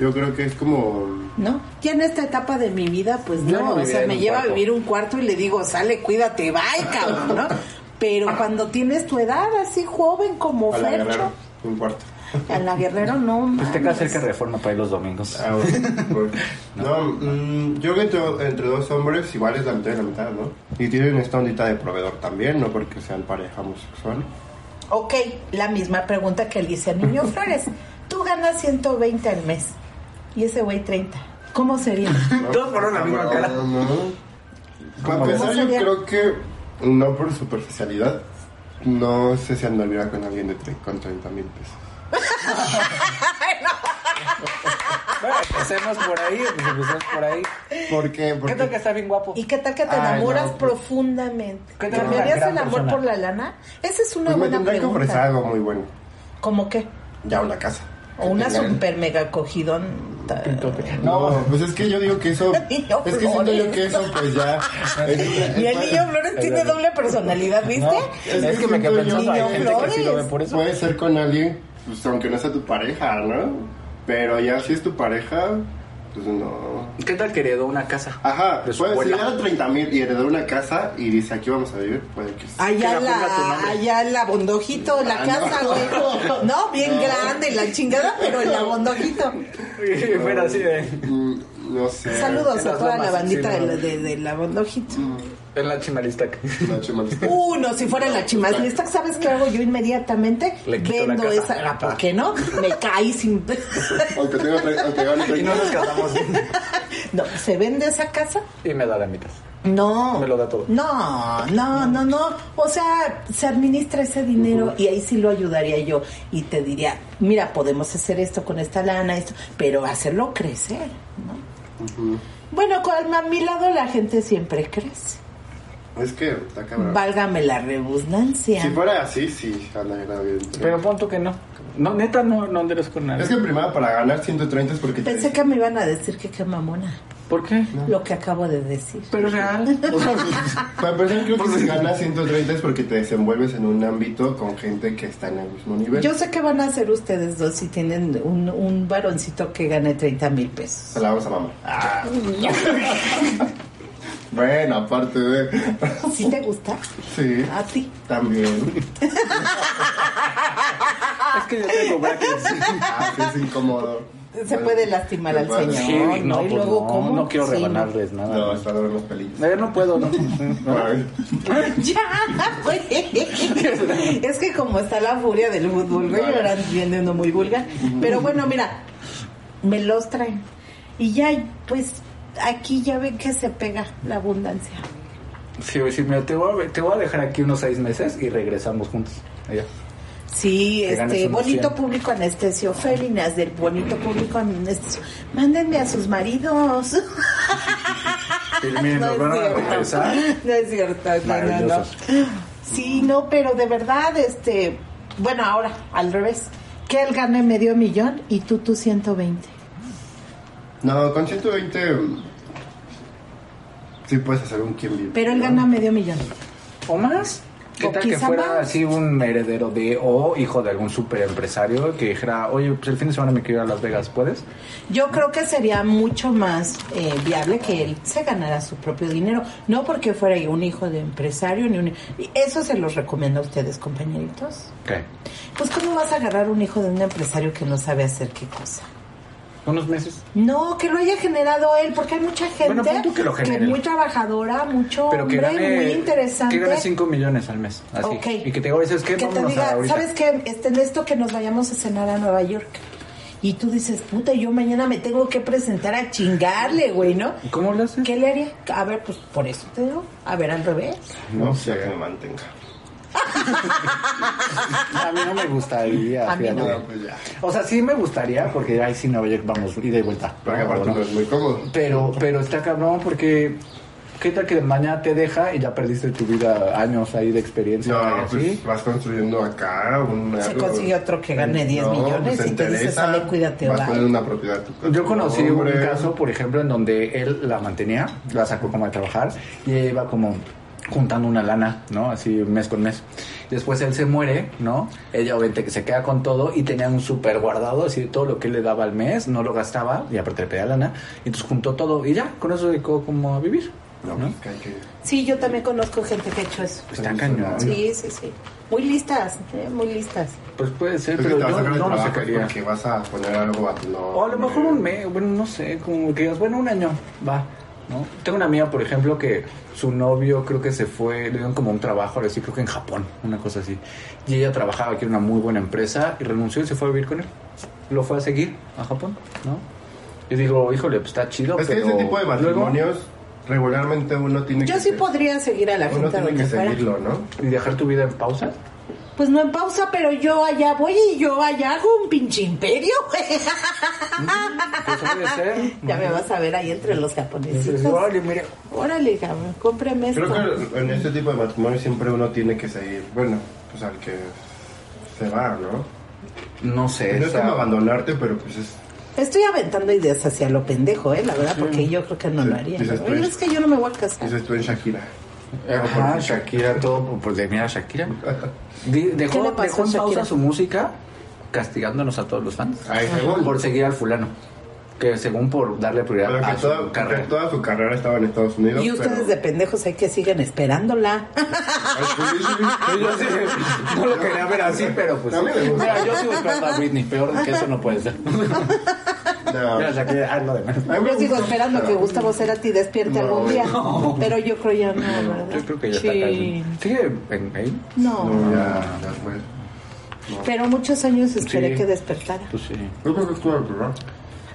Speaker 1: yo creo que es como...
Speaker 4: ¿no? Ya en esta etapa de mi vida, pues
Speaker 5: Yo
Speaker 4: no,
Speaker 5: no
Speaker 4: o
Speaker 5: viviría
Speaker 4: sea,
Speaker 5: en
Speaker 4: me
Speaker 5: un
Speaker 4: lleva a
Speaker 5: cuarto.
Speaker 4: vivir un cuarto y le digo, sale, cuídate, bye, cabrón, ¿no? Pero cuando tienes tu edad, así joven como
Speaker 1: A la
Speaker 4: Fercho,
Speaker 1: guerrera, no importa.
Speaker 4: a la guerrero no,
Speaker 5: Pues
Speaker 4: mames.
Speaker 5: te queda cerca de reforma para ir los domingos.
Speaker 1: Ah, bueno, no, mm, yo creo que entre, entre dos hombres igual es la mitad y la mitad, ¿no? Y tienen esta ondita de proveedor también, no porque sean pareja homosexual.
Speaker 4: Ok, la misma pregunta que le hice a Niño Flores. Tú ganas 120 al mes y ese güey 30. ¿Cómo sería?
Speaker 1: ¿no?
Speaker 5: Todos fueron la misma
Speaker 1: No,
Speaker 5: cara.
Speaker 1: Ah, no. Para
Speaker 5: ¿Cómo
Speaker 1: empezar, yo
Speaker 4: sería?
Speaker 1: creo que no por superficialidad, no sé si andaría con alguien de tre- con 30 mil pesos.
Speaker 5: Bueno, empecemos por ahí, pues empecemos por ahí.
Speaker 1: ¿Por qué?
Speaker 5: ¿Qué
Speaker 1: Porque pues,
Speaker 5: tal que está bien guapo?
Speaker 4: ¿Y qué tal que te
Speaker 1: Ay,
Speaker 4: enamoras
Speaker 1: no, pues-
Speaker 4: profundamente?
Speaker 5: ¿Qué tal
Speaker 4: ¿Cambiarías
Speaker 5: una
Speaker 4: el
Speaker 5: gran
Speaker 4: amor
Speaker 5: persona?
Speaker 4: por la lana? Esa es una
Speaker 1: pues me
Speaker 4: buena
Speaker 1: tendrán que ofrecer
Speaker 4: pregunta.
Speaker 1: algo muy bueno.
Speaker 4: ¿Cómo qué?
Speaker 1: Ya una casa.
Speaker 4: O una
Speaker 1: Que tengan-
Speaker 4: super mega cogidón.
Speaker 1: No, pues es que yo digo que eso.
Speaker 4: Niño
Speaker 1: es que siento yo
Speaker 4: Flores.
Speaker 1: que eso, pues ya. en una-
Speaker 4: Y el
Speaker 1: en-
Speaker 4: niño Flores tiene doble personalidad, ¿viste?
Speaker 1: Es que siento yo
Speaker 5: pensando,
Speaker 1: que
Speaker 5: hay gente que sí lo ve
Speaker 4: Flores.
Speaker 5: por eso.
Speaker 1: Puede ser con alguien, pues, aunque no sea tu pareja, ¿no? Pero ya si es tu pareja, pues no.
Speaker 5: ¿Qué tal que heredó una casa?
Speaker 1: Ajá, pues,
Speaker 5: de su
Speaker 1: puede ser
Speaker 5: abuela?
Speaker 1: ya 30 mil y heredó una casa y dice aquí vamos a vivir, puede que sí.
Speaker 4: Allá
Speaker 5: Que la ponga tu
Speaker 4: la,
Speaker 5: nombre.
Speaker 4: allá la bondojito, la
Speaker 1: Ah,
Speaker 4: casa,
Speaker 1: no.
Speaker 4: güey. No, bien
Speaker 1: No.
Speaker 4: grande, la chingada, pero el abondojito.
Speaker 5: Y fuera así de.
Speaker 1: Mm, No sé.
Speaker 4: Saludos
Speaker 5: En
Speaker 4: a
Speaker 5: las
Speaker 4: toda
Speaker 5: lomas,
Speaker 4: la bandita
Speaker 5: sí,
Speaker 4: de,
Speaker 5: no.
Speaker 4: la- de, de la bondojito.
Speaker 5: En la chimalistaca.
Speaker 1: Nacho Malista.
Speaker 4: Uh, no, si fuera la chimaslista, ¿sabes qué hago yo inmediatamente?
Speaker 5: Le quito la
Speaker 4: Vendo
Speaker 5: casa.
Speaker 4: esa. Ah, ¿Por qué no? Me caí sin.
Speaker 1: Aunque tenga tre- aunque gane
Speaker 5: Y no nos
Speaker 1: 30.
Speaker 5: casamos.
Speaker 4: no, se vende esa casa
Speaker 5: Y me da la mitad.
Speaker 4: No.
Speaker 3: Me lo da todo.
Speaker 4: No, no, no, no. O sea, se administra ese dinero y ahí sí lo ayudaría yo. Y te diría, mira, podemos hacer esto con esta lana, esto, pero hacerlo crecer, ¿no? Bueno, con, a mi lado la gente siempre crece.
Speaker 1: Es que está
Speaker 5: Ah.
Speaker 1: cabrón.
Speaker 4: Válgame la redundancia.
Speaker 1: Si fuera así, sí, andaría bien.
Speaker 5: Pero pon tú que no. No, neta, no, no andarás con nadie.
Speaker 1: es que en primera para ganar 130 es porque te-
Speaker 4: Pensé que me iban a decir que qué mamona,
Speaker 5: ¿Por qué?
Speaker 4: lo que acabo de decir.
Speaker 5: Pero es real. O sea,
Speaker 1: Para empezar, creo que si ganas 130 es porque te desenvuelves en un ámbito con gente que está en el mismo nivel.
Speaker 4: Yo sé que van a hacer ustedes dos si tienen un, un varoncito que gane 30 mil pesos.
Speaker 1: Se la vamos a mamar. bueno, aparte de...
Speaker 4: ¿Sí te gusta?
Speaker 1: Sí,
Speaker 4: A ti.
Speaker 1: también.
Speaker 5: es que yo tengo brackets.
Speaker 1: Ah, sí, es incómodo.
Speaker 4: Se puede lastimar
Speaker 1: Se
Speaker 4: al
Speaker 1: puede.
Speaker 4: señor.
Speaker 5: Sí,
Speaker 4: No,
Speaker 5: no,
Speaker 4: y
Speaker 5: pues
Speaker 4: luego,
Speaker 5: no,
Speaker 4: ¿cómo?
Speaker 5: no quiero
Speaker 4: Sí,
Speaker 5: rebanarles
Speaker 1: No,
Speaker 5: nada.
Speaker 1: está duro los pelillos.
Speaker 5: No, yo no puedo, no.
Speaker 1: Ay,
Speaker 4: Ya, güey. Es que como está la furia del fútbol, güey, ahora viene uno muy vulgar. Pero bueno, mira, me los traen. Y ya, pues, aquí ya ven que se pega la abundancia.
Speaker 5: Sí, güey, sí, mira, te voy, a, te voy a dejar aquí unos seis meses y regresamos juntos. Allá.
Speaker 4: Sí,
Speaker 5: Que ganes
Speaker 4: este
Speaker 5: unos
Speaker 4: bonito
Speaker 5: 100.
Speaker 4: público anestesio, Felinas del bonito público anestesio. Mándenme a sus maridos.
Speaker 5: Y miren, nos van a regresar.
Speaker 4: No es cierto, no, no, no.
Speaker 5: Maravillosos.
Speaker 4: Sí, no, pero de verdad, este, bueno, ahora al revés, que él gane medio millón y tú tú 120.
Speaker 1: No, con 120... mm, Sí puedes hacer un quien vive.
Speaker 4: Pero él
Speaker 1: ¿no?
Speaker 4: gana medio millón.
Speaker 5: ¿O más? ¿Qué
Speaker 4: O
Speaker 5: tal que
Speaker 4: quizá
Speaker 5: fuera
Speaker 4: más.
Speaker 5: así un heredero de o hijo de algún super empresario que dijera, oye, pues el fin de semana me quiero ir a Las Vegas, ¿puedes?
Speaker 4: Yo creo que sería mucho más eh, viable que él se ganara su propio dinero, no porque fuera un hijo de empresario ni un y eso se los recomiendo a ustedes, compañeritos.
Speaker 5: ¿Qué?
Speaker 4: Pues cómo vas a agarrar un hijo de un empresario que no sabe hacer qué cosa.
Speaker 5: ¿Unos meses?
Speaker 4: No, que lo haya generado él, porque hay mucha gente
Speaker 5: Bueno, pon tú que lo genere.
Speaker 4: muy trabajadora, mucho
Speaker 5: Pero que
Speaker 4: hombre,
Speaker 5: gane,
Speaker 4: muy interesante.
Speaker 5: que gane 5 millones al mes. Así.
Speaker 4: Ok.
Speaker 5: Y que te diga, oye, ¿sabes qué?
Speaker 4: Que te
Speaker 5: Vámonos a
Speaker 4: diga,
Speaker 5: ahorita.
Speaker 4: ¿sabes qué? Este, en esto que nos vayamos a cenar a Nueva York. Y tú dices, puta, yo mañana me tengo que presentar a chingarle, güey, ¿no?
Speaker 5: ¿Y ¿Cómo lo haces?
Speaker 4: ¿Qué le haría? A ver, pues por eso te digo. A ver, al revés.
Speaker 1: No sé. Que me mantenga.
Speaker 5: A mí no me gustaría.
Speaker 4: A mí
Speaker 5: fíjate.
Speaker 1: No, pues ya.
Speaker 5: O sea, sí me gustaría, porque ahí sí Nueva York vamos ida y vuelta.
Speaker 1: Porque
Speaker 5: No,
Speaker 1: aparte
Speaker 5: no.
Speaker 1: no es muy cómodo.
Speaker 5: Pero, pero está cabrón porque ¿qué tal que mañana te deja y ya perdiste tu vida años ahí de experiencia? y
Speaker 1: No,
Speaker 5: así?
Speaker 1: pues vas construyendo acá un...
Speaker 4: Se consigue otro que gane 10
Speaker 1: No,
Speaker 4: millones
Speaker 1: pues
Speaker 4: y te dice,
Speaker 1: interesa,
Speaker 4: sale, cuídate,
Speaker 1: Vas
Speaker 4: bye".
Speaker 1: a poner una propiedad.
Speaker 5: Yo conocí un
Speaker 1: Hombre.
Speaker 5: caso, por ejemplo, en donde él la mantenía, la sacó como a trabajar y ella iba como juntando una lana, ¿no? Así mes con mes. Después él se muere, ¿no? Ella obviamente que se queda con todo y tenía un súper guardado, así de todo lo que él le daba al mes, no lo gastaba y aparte le pedía lana. Y entonces juntó todo y ya, con eso se dedicó como a vivir.
Speaker 1: No,
Speaker 5: ¿no?
Speaker 1: pues que hay que...
Speaker 4: Sí, yo también conozco gente que ha hecho eso.
Speaker 5: Está
Speaker 1: pues,
Speaker 5: cañón.
Speaker 4: Sí, sí, sí. Muy listas, eh, muy listas.
Speaker 5: Pues puede ser,
Speaker 1: Es que
Speaker 5: pero
Speaker 1: te vas
Speaker 5: yo
Speaker 1: a sacar el
Speaker 5: no lo
Speaker 1: trabajo
Speaker 5: sacaría.
Speaker 1: porque vas a poner algo a tu
Speaker 5: O a lo mejor un mes, bueno, no sé, como que digas, bueno, un año, va, ¿no? Tengo una amiga, por ejemplo, que su novio creo que se fue, le dieron como un trabajo, ahora sí, creo que en Japón, una cosa así. Y ella trabajaba aquí en una muy buena empresa y renunció y se fue a vivir con él. Lo fue a seguir a Japón, ¿no? Y digo, híjole, pues está chido,
Speaker 1: Es que
Speaker 5: pero
Speaker 1: ese tipo de
Speaker 5: luego-
Speaker 1: matrimonios, regularmente uno tiene que...
Speaker 4: Yo sí
Speaker 1: ser-
Speaker 4: podría seguir a la
Speaker 1: Uno
Speaker 4: gente a
Speaker 1: tiene que
Speaker 4: donde fuera.
Speaker 1: seguirlo, ¿no?
Speaker 5: ¿Y dejar tu vida en pausa?
Speaker 4: Pues no en pausa, pero yo allá voy y yo allá hago un pinche imperio.
Speaker 5: Pues puede ser.
Speaker 4: ya me vas a ver ahí entre los
Speaker 5: Dices,
Speaker 4: japoneses.
Speaker 5: "Órale, mira,
Speaker 4: Órale, cabrón, cómprame esto.
Speaker 1: Creo que en este tipo de matrimonios siempre uno tiene que seguir, bueno, pues al que se va, ¿no?
Speaker 5: No sé.
Speaker 1: No es
Speaker 5: está-
Speaker 1: como abandonarte, pero pues es...
Speaker 4: Estoy aventando ideas hacia lo pendejo, ¿eh? La verdad, porque yo creo que no
Speaker 1: Sí,
Speaker 4: lo haría.
Speaker 1: dices tú.
Speaker 4: Oye, es que yo no me voy a casar.
Speaker 1: Dices tú en Shakira.
Speaker 5: Ajá, Shakira, todo, pues de mira a Shakira. Di-
Speaker 4: ¿Qué
Speaker 5: Dejó,
Speaker 4: le pasó
Speaker 5: dejó en
Speaker 4: a Shakira?
Speaker 5: pausa su música, castigándonos a todos los fans.
Speaker 1: Ay, Ah, según.
Speaker 5: Por seguir al fulano. Que según por darle prioridad
Speaker 1: Pero que
Speaker 5: a su
Speaker 1: toda,
Speaker 5: carrera.
Speaker 1: que toda su carrera estaba en Estados Unidos.
Speaker 4: Y ustedes
Speaker 1: pero-
Speaker 4: de pendejos hay que siguen esperándola.
Speaker 1: Ay, pues, sí, sí,
Speaker 5: Pues
Speaker 1: sí.
Speaker 5: yo sí, no lo quería ver así, pero pues.
Speaker 1: A mí me gusta.
Speaker 5: Mira, yo sigo esperando a Britney, peor de que eso no puede ser.
Speaker 1: No.
Speaker 5: Mira, Shakira, ah, no, de menos.
Speaker 1: A mí me
Speaker 4: Yo sigo
Speaker 1: gusta,
Speaker 4: esperando que
Speaker 1: pero-
Speaker 4: Gustavo Cerati
Speaker 1: No,
Speaker 4: despierte algún día.
Speaker 5: no.
Speaker 4: Pero yo creo ya no, ¿verdad?
Speaker 5: Yo creo que ya está
Speaker 4: Sí.
Speaker 5: casi. ¿Sigue en ahí?
Speaker 4: No,
Speaker 1: No, ya, ya fue.
Speaker 4: pero muchos años esperé
Speaker 5: Sí.
Speaker 4: que despertara.
Speaker 5: Pues sí.
Speaker 1: Yo creo que estuvo al programa.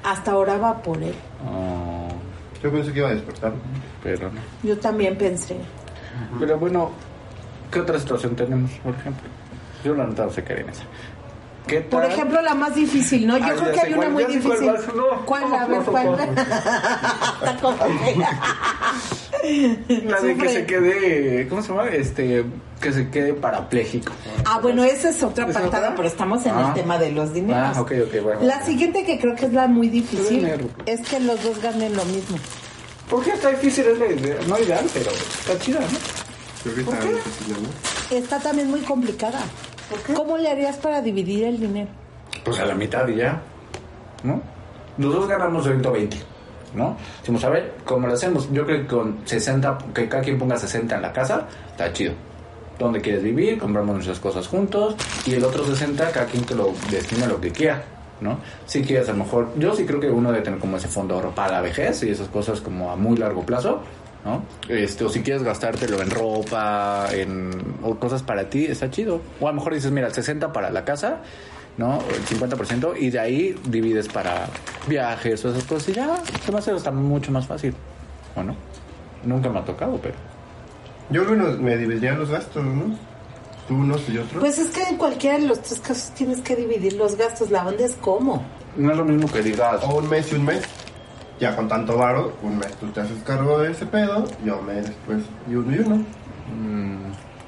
Speaker 4: Hasta oraba por él.
Speaker 5: Oh.
Speaker 1: Yo pensé que iba a despertar.
Speaker 5: pero no.
Speaker 4: Yo también pensé.
Speaker 5: Pero bueno, ¿qué otra situación tenemos, por ejemplo? Yo la neta no sé qué haría en esa. ¿Qué tal?
Speaker 4: Por ejemplo, la más difícil, ¿no? Yo
Speaker 5: Ah,
Speaker 4: creo
Speaker 5: ya
Speaker 4: que
Speaker 5: sé
Speaker 4: hay una
Speaker 5: cuál,
Speaker 4: muy
Speaker 5: ya sé cuál
Speaker 4: difícil.
Speaker 5: vas, no,
Speaker 4: ¿Cuál? A
Speaker 5: no,
Speaker 4: ver,
Speaker 5: no,
Speaker 4: ¿cuál?
Speaker 5: no.
Speaker 4: Está como-
Speaker 5: la de que
Speaker 4: Sufre.
Speaker 5: se quede, ¿cómo se llama? Este, que se quede parapléjico.
Speaker 4: Ah, bueno, esa es otra
Speaker 5: ¿Esa
Speaker 4: patada,
Speaker 5: otra?
Speaker 4: pero estamos en el
Speaker 5: Ah.
Speaker 4: tema de los dineros.
Speaker 5: Ah, ok, ok, bueno.
Speaker 4: La siguiente que creo que es la muy difícil
Speaker 5: Dinero.
Speaker 4: es que los dos ganen lo mismo.
Speaker 5: ¿Por qué está difícil? Es la idea, no ideal, pero está chida, ¿no?
Speaker 1: Creo que está difícil, ¿no?
Speaker 4: Está también muy complicada. ¿Cómo le harías para dividir el dinero?
Speaker 5: Pues a la mitad y ya, ¿no? Los dos ganamos 120, ¿no? Decimos, a ver, ¿cómo lo hacemos? Yo creo que con 60, que cada quien ponga 60 en la casa, está chido. ¿Dónde quieres vivir? Compramos nuestras cosas juntos y el otro 60, cada quien que lo destina lo que quiera, ¿no? Si quieres, a lo mejor, yo sí creo que uno debe tener como ese fondo oro para la vejez y esas cosas como a muy largo plazo, ¿no? Este, o si quieres gastártelo en ropa, en o cosas para ti, está chido. O a lo mejor dices, mira, el 60 para la casa, ¿no? O El 50% y de ahí divides para viajes o esas cosas y ya, se me hace hasta mucho más fácil, ¿o no? Nunca me ha tocado, pero...
Speaker 1: Yo creo que nos- me dividirían los gastos, ¿no? Tú unos y otros.
Speaker 4: Pues es que en cualquiera de los tres casos tienes que dividir los gastos. La onda es cómo.
Speaker 5: No es lo mismo que digas,
Speaker 1: o un mes y un mes. Ya con tanto varo, un mes tú te haces cargo de ese pedo, yo me después y uno y uno.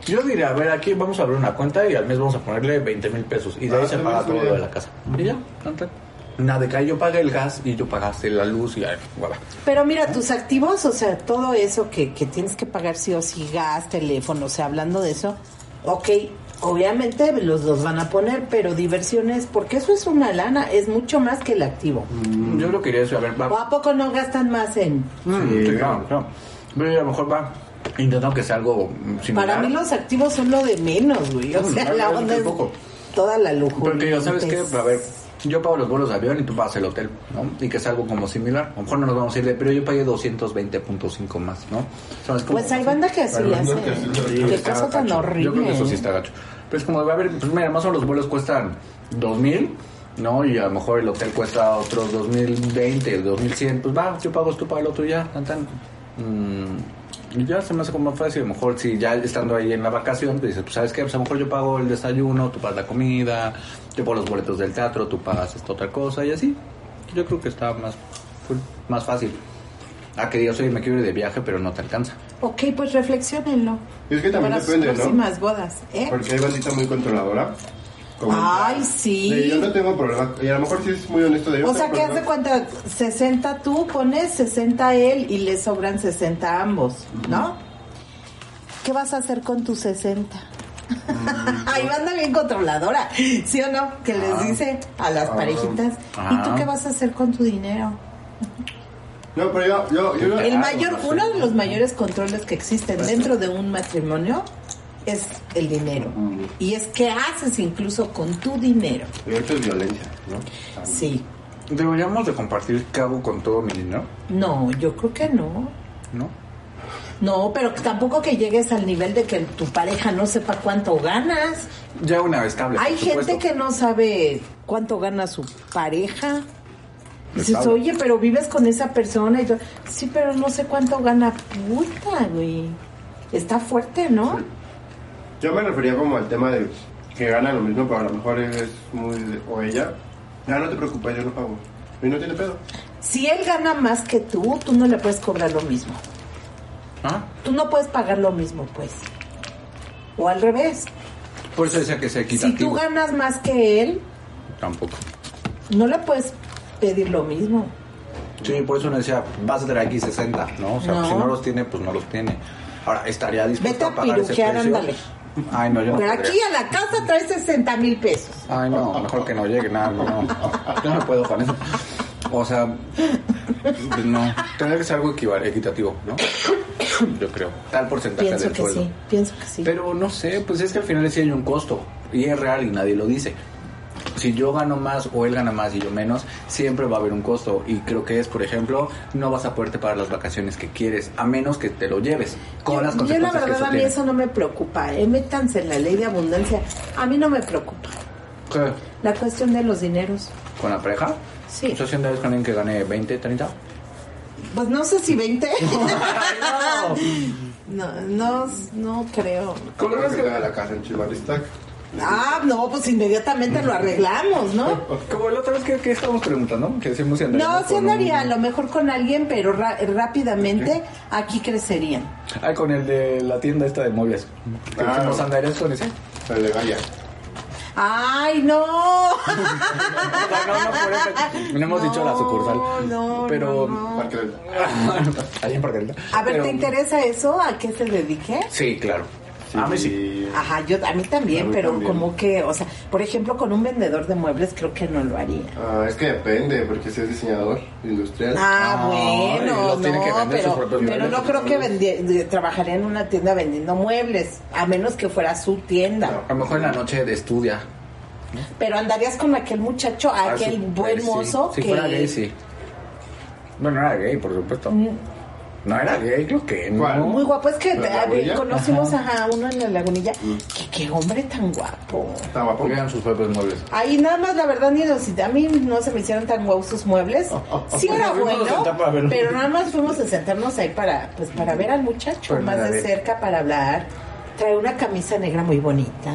Speaker 5: Yo diría, a ver, aquí vamos a abrir una cuenta y al mes vamos a ponerle 20 mil pesos. Y de ahí
Speaker 1: Ah,
Speaker 5: se
Speaker 1: no,
Speaker 5: paga
Speaker 1: eso
Speaker 5: todo
Speaker 1: ya.
Speaker 5: lo de la casa. Y ya, tan, tan. Nada de que yo pagué el gas y yo pagaste la luz y ya, guau.
Speaker 4: Pero mira, tus activos, o sea, todo eso que, que tienes que pagar sí o sí, gas, teléfono, o sea, hablando de eso, ok, obviamente los dos van a poner, pero diversiones, porque eso es una lana, es mucho más que el activo.
Speaker 5: Yo lo quería decir, a ver,
Speaker 4: ¿O
Speaker 5: va.
Speaker 4: a poco no gastan más en...?
Speaker 5: Mm,
Speaker 1: Mm. Sí.
Speaker 5: sí, claro, claro. Pero a lo mejor va intentando que sea algo mm, similar.
Speaker 4: Para mí los activos son lo de menos, güey, o
Speaker 5: Mm,
Speaker 4: sea,
Speaker 5: no,
Speaker 4: la
Speaker 5: yo
Speaker 4: onda es
Speaker 5: tampoco.
Speaker 4: toda la lujuria. pues,
Speaker 5: Porque yo, ¿sabes qué?
Speaker 4: Entonces,
Speaker 5: A ver, yo pago los vuelos de avión y tú pagas el hotel, ¿no? Y que es algo como similar. A lo mejor no nos vamos a ir de, pero yo pagué 220.5 más, ¿no? O sea, es como-
Speaker 4: Pues hay banda que así
Speaker 1: Hay
Speaker 4: le
Speaker 1: banda
Speaker 4: hace.
Speaker 1: que así le
Speaker 4: Qué
Speaker 5: está
Speaker 4: cosa tan
Speaker 5: gacho.
Speaker 4: horrible.
Speaker 5: Yo creo que eso sí está gacho. Pero es como, va a haber, pues mira, más o menos los vuelos cuestan 2000, ¿no? Y a lo mejor el hotel cuesta otros 2020, el 2100. Pues va, yo pago, tú pagas el otro y ya, tan, tan. Mm, y ya se me hace como más fácil. A lo mejor si ya estando ahí en la vacación, te dices, pues sabes qué, pues a lo mejor yo pago el desayuno, tú pagas la comida, yo pago los boletos del teatro, tú pagas esta otra cosa y así. Yo creo que está más, full, más fácil. Ah, que digas, oye, me quiero ir de viaje, pero no te alcanza.
Speaker 4: Ok, pues reflexionenlo.
Speaker 1: Es que también
Speaker 4: Para sus
Speaker 1: depende, ¿no?
Speaker 4: próximas bodas, ¿eh?
Speaker 1: Porque hay bandita muy controladora.
Speaker 4: Ay,
Speaker 1: ya,
Speaker 4: sí.
Speaker 1: de, yo no tengo problema. Y a lo mejor sí es muy honesto de ellos.
Speaker 4: O sea, que haz de cuenta, 60 tú pones 60 él y le sobran 60 a ambos, ¿no? ¿Qué vas a hacer con tus 60? Ahí banda bien controladora, ¿sí o no? Que les dice a las
Speaker 1: Ah.
Speaker 4: parejitas, ¿y tú
Speaker 5: Ah.
Speaker 4: qué vas a hacer con tu dinero?
Speaker 1: No, Ah, pero yo, yo, yo,
Speaker 4: El
Speaker 5: Claro,
Speaker 4: mayor,
Speaker 5: sí.
Speaker 4: uno de los mayores controles que existen dentro de un matrimonio es el dinero. Y es qué haces incluso con tu dinero.
Speaker 1: Y ahorita es violencia, ¿no?
Speaker 4: Sí.
Speaker 5: Deberíamos de compartir cabo con todo mi dinero,
Speaker 4: No, yo creo que no.
Speaker 5: ¿no?
Speaker 4: No, pero que tampoco que llegues al nivel de que tu pareja no sepa cuánto ganas.
Speaker 5: Ya una vez estable.
Speaker 4: Hay
Speaker 5: por supuesto.
Speaker 4: gente que no sabe cuánto gana su pareja. Dices,
Speaker 5: Estable.
Speaker 4: oye, pero vives con esa persona y todo. Sí, pero no sé cuánto gana puta, güey. Está fuerte, ¿no?
Speaker 1: Yo me refería como al tema de que gana lo mismo, pero a lo mejor él es muy. de- o ella. Ya no te preocupes, yo no pago. Y no tiene pedo.
Speaker 4: Si él gana más que tú, tú no le puedes cobrar lo mismo.
Speaker 5: ¿Ah?
Speaker 4: Tú no puedes pagar lo mismo, pues. O al revés.
Speaker 5: Por eso decía que sea
Speaker 4: Si
Speaker 5: equitativo.
Speaker 4: tú ganas más que él,
Speaker 5: Tampoco.
Speaker 4: no le puedes pedir lo mismo.
Speaker 5: Sí, por eso no decía, vas a traer aquí 60, ¿no? O sea,
Speaker 4: No.
Speaker 5: pues, si no los tiene, pues no los tiene. Ahora, estaría dispuesto
Speaker 4: Vete a
Speaker 5: a, pagar ese
Speaker 4: pirujear,
Speaker 5: precio.
Speaker 4: ándale.
Speaker 5: Ay, no, yo no
Speaker 4: Pero
Speaker 5: podría.
Speaker 4: aquí a la casa trae 60 mil pesos.
Speaker 5: Ay, no, mejor que no llegue, nada, no, no. Yo no puedo con eso. O sea, pues, no. Tendría que ser algo equival- equitativo, ¿no? Yo creo. Tal porcentaje
Speaker 4: Pienso
Speaker 5: del
Speaker 4: que
Speaker 5: sueldo.
Speaker 4: sí, pienso que sí.
Speaker 5: Pero no sé, pues es que al final sí hay un costo y es real y nadie lo dice. Si yo gano más o él gana más y yo menos, siempre va a haber un costo. Y creo que es, por ejemplo, no vas a poderte pagar las vacaciones que quieres, a menos que te lo lleves. Con
Speaker 4: yo,
Speaker 5: las
Speaker 4: yo la
Speaker 5: consecuencias
Speaker 4: verdad a mí
Speaker 5: que
Speaker 4: eso no me preocupa. ¿eh? Métanse en la ley de abundancia. A mí no me preocupa.
Speaker 5: tiene.
Speaker 4: La cuestión de los dineros.
Speaker 5: ¿Con la pareja?
Speaker 4: Sí.
Speaker 5: ¿Estás haciendo vez con alguien que gane 20, 30?
Speaker 4: Pues no sé si 20. Ah. no, no, no creo.
Speaker 1: ¿Cómo se queda la casa en Chivaristac?
Speaker 4: Ah, no, pues inmediatamente lo arreglamos, ¿no?
Speaker 5: Como la otra vez que, que estábamos preguntando, que decimos si andaríamos
Speaker 4: No, sí
Speaker 5: con
Speaker 4: andaría a
Speaker 5: un-
Speaker 4: lo mejor con alguien, pero ra- rápidamente aquí crecerían.
Speaker 5: Ah, con el de la tienda esta de muebles. Que
Speaker 1: Ah.
Speaker 5: dijimos, andarías con ese.
Speaker 1: Se le vaya.
Speaker 4: ¡Ay, no!
Speaker 5: No, no, no, por eso. No hemos
Speaker 4: No,
Speaker 5: dicho la sucursal.
Speaker 4: no,
Speaker 5: pero.
Speaker 4: no, Ah,
Speaker 1: Parque del-
Speaker 5: Ahí en Parque
Speaker 4: A ver, ¿te interesa eso? ¿A qué se dedique?
Speaker 5: Sí, claro.
Speaker 1: Ah,
Speaker 5: A mí sí.
Speaker 4: Ajá, yo a mí también,
Speaker 1: A mí
Speaker 4: pero
Speaker 1: también.
Speaker 4: como que, o sea, por ejemplo, con un vendedor de muebles creo que no lo haría.
Speaker 1: Ah, es que depende, porque si es diseñador industrial.
Speaker 4: Ah,
Speaker 5: Ah, y
Speaker 4: bueno,
Speaker 5: los tiene que
Speaker 4: no,
Speaker 5: vender sus
Speaker 4: pero,
Speaker 5: propios
Speaker 4: pero no
Speaker 5: muebles.
Speaker 4: creo que vendi- de- trabajaría en una tienda vendiendo muebles, a menos que fuera su tienda.
Speaker 5: A lo mejor en la noche de estudia.
Speaker 4: Pero andarías con aquel muchacho,
Speaker 5: Ah,
Speaker 4: aquel
Speaker 5: sí,
Speaker 4: buen
Speaker 5: sí.
Speaker 4: mozo
Speaker 5: Si
Speaker 4: que...
Speaker 5: fuera gay, sí. Bueno, no era gay, por supuesto.
Speaker 4: Mm.
Speaker 5: No era gay, creo que no.
Speaker 1: ¿Cuál?
Speaker 4: Muy guapo, es que
Speaker 1: ¿La
Speaker 4: eh,
Speaker 1: Lagunilla?
Speaker 4: conocimos ajá, uno en la lagunilla. Que qué hombre tan guapo.
Speaker 1: Está guapo.
Speaker 5: Porque eran sus propios muebles.
Speaker 4: Ahí nada más, la verdad, ni nos, a mí no se me hicieron tan guau sus muebles. Sí
Speaker 5: Nos
Speaker 4: era
Speaker 5: fuimos a
Speaker 4: bueno,
Speaker 5: sentar para verlo.
Speaker 4: pero nada más fuimos a sentarnos ahí para, pues, para ver al muchacho
Speaker 5: Pero no
Speaker 4: más
Speaker 5: era
Speaker 4: de
Speaker 5: de él.
Speaker 4: cerca, para hablar. Trae una camisa negra muy bonita.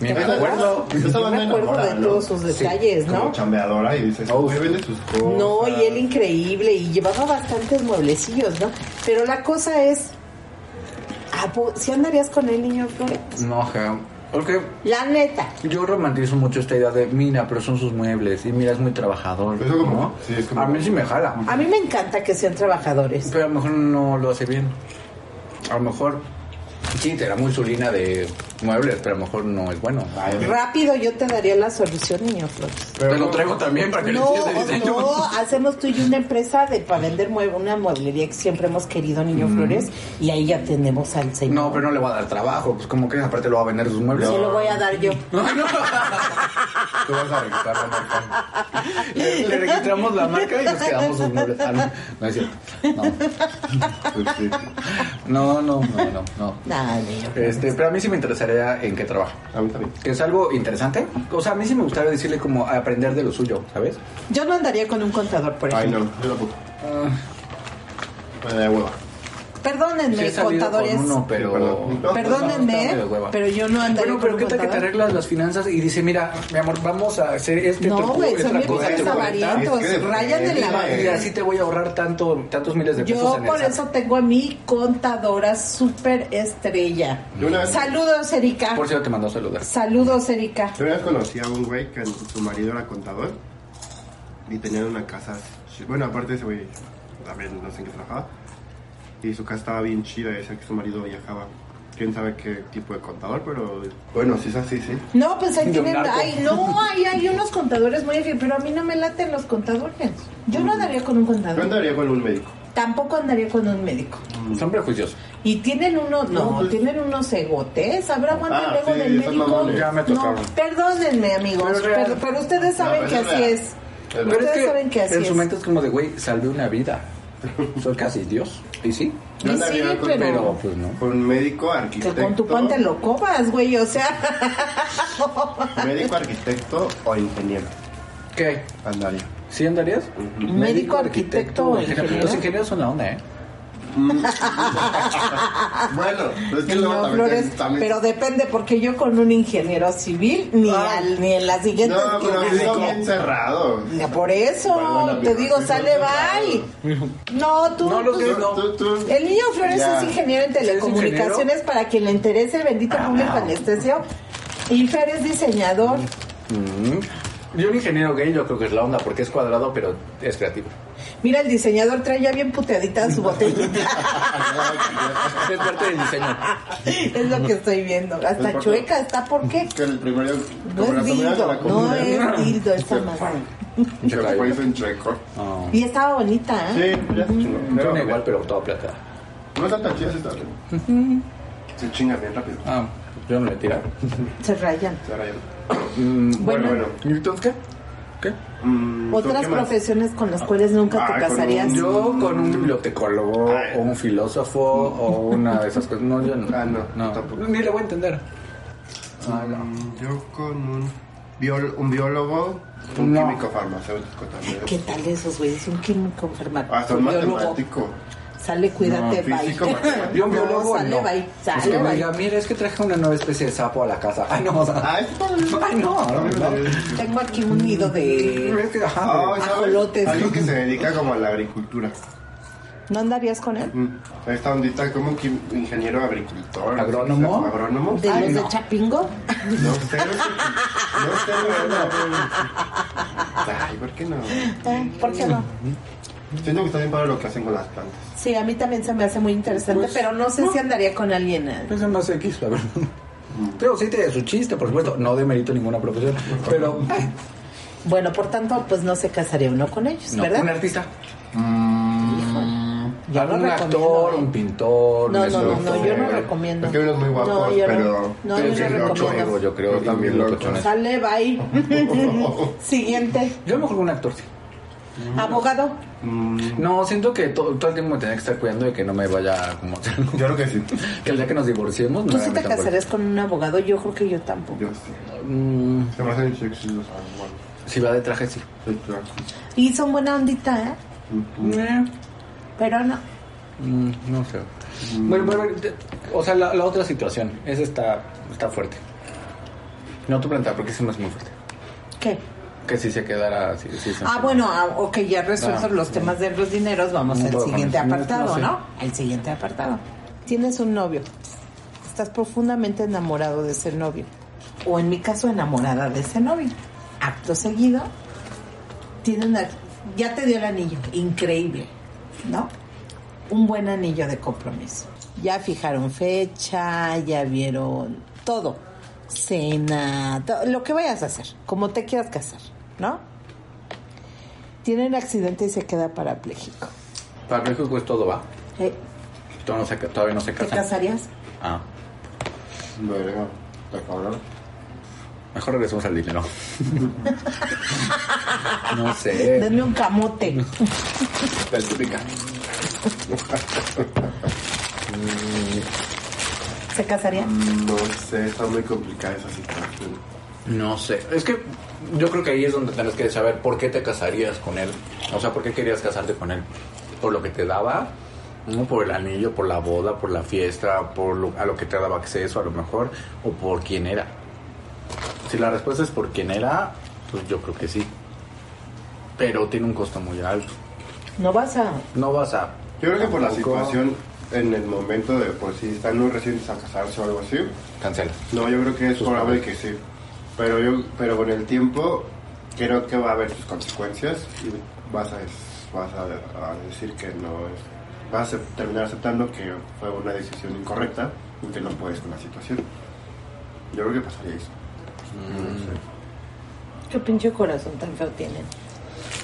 Speaker 5: Ni
Speaker 4: ¿Te
Speaker 5: me
Speaker 4: acuerdas?
Speaker 1: acuerdo. Esa
Speaker 4: Yo
Speaker 1: banda
Speaker 4: me acuerdo
Speaker 1: enamora,
Speaker 4: de
Speaker 1: ¿no?
Speaker 4: todos sus detalles,
Speaker 1: Como
Speaker 4: ¿no?
Speaker 1: chambeadora y dices, oh, vende sus cosas.
Speaker 4: No, y él increíble, y llevaba bastantes mueblecillos, ¿no? Pero la cosa es, si andarías con el niño Flores?
Speaker 5: No, ja. Porque
Speaker 4: La neta.
Speaker 5: yo romantizo mucho esta idea de, mira, pero son sus muebles. Y mira, es muy trabajador.
Speaker 1: Eso como-
Speaker 5: ¿no?
Speaker 1: sí, es como-
Speaker 5: A mí sí me jala.
Speaker 4: A mí me encanta que sean trabajadores.
Speaker 5: Pero a lo mejor no lo hace bien. A lo mejor sí, te da muy su línea de muebles, pero a lo mejor no es bueno.
Speaker 1: Ay, me-
Speaker 4: Rápido yo te daría la solución, niño Flores.
Speaker 5: te lo traigo también para que
Speaker 4: No,
Speaker 5: le enseñes de diseño.
Speaker 4: no, hacemos tú y yo una empresa de para vender mueble, una mueblería que siempre hemos querido, niño Flores, y ahí ya tenemos al señor.
Speaker 5: No, pero no le voy a dar trabajo. Pues como crees, aparte lo va a vender sus muebles.
Speaker 4: Se lo voy a dar yo.
Speaker 1: Tú vas a registrar la marca.
Speaker 5: Le, le registramos la marca y nos quedamos sus muebles. Ah, no, no es cierto.
Speaker 1: Pues sí.
Speaker 5: No, no, no, no, no.
Speaker 4: Nada, niño.
Speaker 5: Este, pero a mí sí me interesaría en qué trabaja.
Speaker 1: A mí también.
Speaker 5: Que es algo interesante. O sea, a mí sí me gustaría decirle como a aprender de lo suyo, ¿sabes?
Speaker 4: Yo no andaría con un contador, por
Speaker 1: Ay,
Speaker 4: ejemplo.
Speaker 1: no, yo tampoco.
Speaker 4: Ah.
Speaker 1: Me da hueva.
Speaker 5: Sí
Speaker 4: Perdónenme,
Speaker 5: he salido con
Speaker 4: contadores.
Speaker 5: uno, pero...
Speaker 1: Sí, perdón.
Speaker 5: Está
Speaker 4: Perdónenme,
Speaker 5: medio hueva.
Speaker 4: pero yo no andaría
Speaker 5: Bueno, pero
Speaker 4: con
Speaker 5: ¿qué
Speaker 4: un
Speaker 5: tal que te
Speaker 4: contador.
Speaker 5: arreglas las finanzas y dice, mira, mi amor, vamos a hacer este
Speaker 4: No,
Speaker 5: truco,
Speaker 4: güey,
Speaker 5: esta
Speaker 4: son bien
Speaker 5: cosa,
Speaker 4: pinches
Speaker 5: esta
Speaker 4: avarientos,
Speaker 5: cuenta,
Speaker 1: Es que depende,
Speaker 4: rayan en la
Speaker 5: Y
Speaker 1: eh.
Speaker 5: así te voy a ahorrar tanto, tantos miles de pesos
Speaker 4: Yo
Speaker 5: en el
Speaker 4: por
Speaker 5: SAT.
Speaker 4: eso tengo a mi contadora super estrella.
Speaker 1: Yo una vez-
Speaker 4: Saludos, Erika.
Speaker 5: Por cierto, te mandó saludar.
Speaker 4: Saludos, Erika.
Speaker 1: Yo una vez conocí a un güey que su marido era contador y tenían una casa. ch- Bueno, aparte de ese güey, también no sé en qué trabajaba. Y su casa estaba bien chida, decía que su marido viajaba. Quién sabe qué tipo de contador, pero bueno, si es así, sí.
Speaker 4: No, pues ahí
Speaker 5: De un
Speaker 4: tienen.
Speaker 5: narco.
Speaker 4: Ay, no, ahí hay unos contadores muy eficaces, pero a mí no me laten los contadores. Yo no andaría con un
Speaker 1: Yo
Speaker 4: contador.
Speaker 1: andaría con un médico.
Speaker 4: Tampoco andaría con un médico.
Speaker 5: Mm. Son prejuiciosos.
Speaker 4: Y tienen uno, no,
Speaker 1: No, pues-
Speaker 4: tienen unos egotes. Habrá aguante
Speaker 1: Ah,
Speaker 4: luego
Speaker 1: sí,
Speaker 4: del
Speaker 1: son
Speaker 4: médico.
Speaker 1: mamones.
Speaker 5: Ya me
Speaker 4: no,
Speaker 5: tocaron.
Speaker 4: perdónenme, amigos,
Speaker 5: Pero es real.
Speaker 4: pero, pero ustedes saben
Speaker 1: No,
Speaker 4: que
Speaker 1: pero es
Speaker 4: así
Speaker 1: real.
Speaker 4: es.
Speaker 1: Pero
Speaker 5: Pero
Speaker 4: Ustedes
Speaker 5: es que
Speaker 4: saben que así
Speaker 5: en su
Speaker 4: es.
Speaker 5: mente es como de, güey, salvé una vida. Soy casi Dios. ¿Y sí?
Speaker 4: Y
Speaker 1: Yo andaría
Speaker 4: sí,
Speaker 1: con,
Speaker 4: pero-
Speaker 5: Pero, pues, no.
Speaker 1: con un médico,
Speaker 4: Que
Speaker 1: arquitecto.
Speaker 4: con tu pan te lo cobas, güey, o sea.
Speaker 1: Médico, arquitecto o ingeniero.
Speaker 5: ¿Qué?
Speaker 1: Andaría.
Speaker 5: ¿Sí andarías?
Speaker 4: Médico, arquitecto o ingeniero.
Speaker 5: Los ingenieros son la onda, ¿eh?
Speaker 1: Bueno, pero es que
Speaker 4: Ah. No,
Speaker 1: luego también.
Speaker 4: Flores,
Speaker 1: también-
Speaker 4: pero depende, porque yo con un ingeniero civil ni,
Speaker 1: Ah.
Speaker 4: al, ni en las siguientes.
Speaker 1: no, pero
Speaker 4: que-
Speaker 1: es bien cerrado.
Speaker 4: Ya, Por eso,
Speaker 1: Perdóname,
Speaker 4: te digo,
Speaker 1: pero-
Speaker 4: sale bye. No, tú.
Speaker 5: No, lo
Speaker 4: tú-
Speaker 5: que-
Speaker 1: Tú- tú- tú-
Speaker 4: El niño Flores
Speaker 1: Ya.
Speaker 4: es ingeniero en telecomunicaciones
Speaker 5: ingeniero?
Speaker 4: para quien le interese el bendito
Speaker 1: Ah,
Speaker 4: público anestesio. Y Fer es diseñador.
Speaker 5: Mm. Yo un ingeniero gay yo creo que es la onda porque es cuadrado pero es creativo.
Speaker 4: Mira, el diseñador trae ya bien puteadita su botellita.
Speaker 5: Es parte del diseño.
Speaker 4: es lo que estoy viendo. Hasta
Speaker 1: Pues, por-
Speaker 4: chueca, ¿está por qué?
Speaker 1: Que el primero.
Speaker 4: No
Speaker 1: como la
Speaker 4: es
Speaker 1: primera
Speaker 4: dildo,
Speaker 1: de la
Speaker 4: no
Speaker 1: comunidad.
Speaker 4: es dildo esa madre.
Speaker 1: Se lo fue hizo en chueco.
Speaker 5: No.
Speaker 4: Y estaba bonita, ¿eh?
Speaker 1: Sí, ya se chingó.
Speaker 5: Suena
Speaker 1: Pero-
Speaker 5: igual pero toda plata.
Speaker 1: No está tan chida, sí está bien. Se chinga bien rápido.
Speaker 5: Ah, yo no le tira.
Speaker 4: Se rayan.
Speaker 1: Se raya.
Speaker 4: Bueno,
Speaker 1: Mm, Bueno, bueno.
Speaker 5: ¿Y entonces qué? ¿Qué?
Speaker 1: Mm, ¿tú
Speaker 4: otras
Speaker 1: qué más?
Speaker 4: profesiones con las cuales nunca te
Speaker 1: Ah, con
Speaker 4: casarías.
Speaker 1: un-
Speaker 5: Yo con un bibliotecólogo
Speaker 1: Ay.
Speaker 5: o un filósofo o una de esas cosas. No, yo no.
Speaker 1: Ah, no, tampoco.
Speaker 5: Ni le voy a entender.
Speaker 1: Mm, Yo con un Biol- un biólogo, un
Speaker 4: No.
Speaker 1: químico farmacéutico también.
Speaker 4: ¿Qué tal esos güeyes? Un químico enfermatico.
Speaker 1: Hasta un matemático.
Speaker 4: Sale, cuídate,
Speaker 1: Ah, No,
Speaker 4: bye.
Speaker 1: físico, matemático.
Speaker 6: Yo un biólogo
Speaker 4: sale,
Speaker 6: no.
Speaker 4: bye.
Speaker 6: Es que
Speaker 4: Sale,
Speaker 6: me
Speaker 4: bye.
Speaker 6: diga, mira, es que traje una nueva especie de sapo a la casa. Ay, no, o sea,
Speaker 1: Ay,
Speaker 6: ay, no, no, no.
Speaker 4: Tengo aquí un nido de...
Speaker 6: Es que, ajá,
Speaker 1: Ay, ¿sabes?
Speaker 4: Ajolotes.
Speaker 1: Alguien que se dedica como a la agricultura.
Speaker 4: ¿No andarías con él?
Speaker 1: Mm. Esta ondita como un quim- ingeniero agricultor.
Speaker 6: ¿Agrónomo?
Speaker 1: o sea, Agrónomo.
Speaker 4: ¿De los de Chapingo?
Speaker 1: No sé. No sé, no, no. Ay, ¿por qué no?
Speaker 4: Eh, ¿Por qué no?
Speaker 1: Siento que está bien para lo que hacen con las plantas.
Speaker 4: Sí, a mí también se me hace muy interesante,
Speaker 6: Pues,
Speaker 4: pero no sé si andaría con alguien. eh.
Speaker 6: Eso pues, no sé X, la verdad. Pero sí tiene su chiste, por supuesto. No demerito ninguna profesión. Pero
Speaker 4: Bueno, por tanto, pues no se casaría uno con ellos,
Speaker 5: No,
Speaker 4: ¿verdad?
Speaker 5: un artista.
Speaker 4: Mm, Yo no
Speaker 6: un
Speaker 4: recomiendo,
Speaker 6: actor,
Speaker 4: ¿eh?
Speaker 6: un pintor,
Speaker 4: No,
Speaker 6: un
Speaker 4: no, no, no, yo no
Speaker 6: escultor.
Speaker 4: recomiendo.
Speaker 1: Es que unos muy guapos,
Speaker 4: No, yo no-
Speaker 1: pero.
Speaker 4: no,
Speaker 1: pero
Speaker 4: yo
Speaker 1: sí
Speaker 4: no
Speaker 1: loco.
Speaker 4: recomiendo.
Speaker 5: Yo creo
Speaker 1: Pero también
Speaker 5: bien
Speaker 1: loco.
Speaker 5: locochones.
Speaker 4: Sale, bye. Siguiente.
Speaker 6: Yo a lo mejor un actor, sí.
Speaker 4: Abogado.
Speaker 1: Mm,
Speaker 5: No, siento que to- todo el tiempo me tenía que estar cuidando de que no me vaya como...
Speaker 1: Yo creo que sí.
Speaker 5: que el día que nos divorciemos...
Speaker 4: ¿Tú sí
Speaker 5: me vaya
Speaker 4: te
Speaker 5: a meter
Speaker 4: casarías con un abogado? Yo creo que yo tampoco.
Speaker 1: Yo sí.
Speaker 5: por- Mm,
Speaker 1: Se me hacen sexy los abogados.
Speaker 5: si va de traje, sí.
Speaker 1: Sí, claro. Mm,
Speaker 4: Y son buena ondita, ¿eh?
Speaker 5: Eh,
Speaker 4: Pero no.
Speaker 5: mm, no sé. Bueno, bueno, bueno, te- o sea, la, la otra situación. Esa está, está fuerte. No tú plantea, porque sí no es muy fuerte.
Speaker 4: ¿Qué?
Speaker 5: Que si se quedara... Si, si se
Speaker 4: Ah, bueno, ah, ok, ya resueltos
Speaker 5: No.
Speaker 4: los temas de los dineros, vamos
Speaker 5: No
Speaker 4: al
Speaker 5: puedo
Speaker 4: siguiente
Speaker 5: con eso.
Speaker 4: apartado,
Speaker 5: No sé.
Speaker 4: ¿no? Al siguiente apartado. Tienes un novio. Estás profundamente enamorado de ese novio. O en mi caso, enamorada de ese novio. Acto seguido, tiene una, ya te dio el anillo. Increíble, ¿no? Un buen anillo de compromiso. Ya fijaron fecha, ya vieron todo. Cena, to- lo que vayas a hacer, como te quieras casar, ¿no? Tiene un accidente y se queda parapléjico.
Speaker 5: Para México pues todo va.
Speaker 4: Eh,
Speaker 5: Todo no se ca- todavía no se
Speaker 4: ¿Te
Speaker 5: casan.
Speaker 4: casarías?
Speaker 5: Ah,
Speaker 1: Verga. mm, Está cabrón.
Speaker 5: mejor regresemos al dinero. no sé.
Speaker 4: Denme un camote.
Speaker 1: La típica.
Speaker 4: ¿Se casaría?
Speaker 1: No sé, está muy complicada esa situación.
Speaker 5: No sé. Es que yo creo que ahí es donde tienes que saber por qué te casarías con él. O sea, por qué querías casarte con él. Por lo que te daba, ¿no? por el anillo, por la boda, por la fiesta, por lo- a lo que te daba acceso a lo mejor, o por quién era. Si la respuesta es por quién era, pues yo creo que sí. Pero tiene un costo muy alto.
Speaker 4: No vas a.
Speaker 5: No vas a...
Speaker 1: Yo creo que por la
Speaker 5: tampoco-
Speaker 1: situación en el momento de por si están muy recientes a casarse o algo así.
Speaker 5: Cancela.
Speaker 1: No, yo creo que es
Speaker 5: Sus
Speaker 1: probable que
Speaker 5: padres.
Speaker 1: sí. Pero yo, pero con el tiempo creo que va a haber sus consecuencias y vas a, vas a, a decir que no es, vas a acep- terminar aceptando que fue una decisión incorrecta y que no puedes con la situación. Yo creo que pasaría eso.
Speaker 5: Mm.
Speaker 1: No sé.
Speaker 4: Qué pinche corazón tan feo tienen.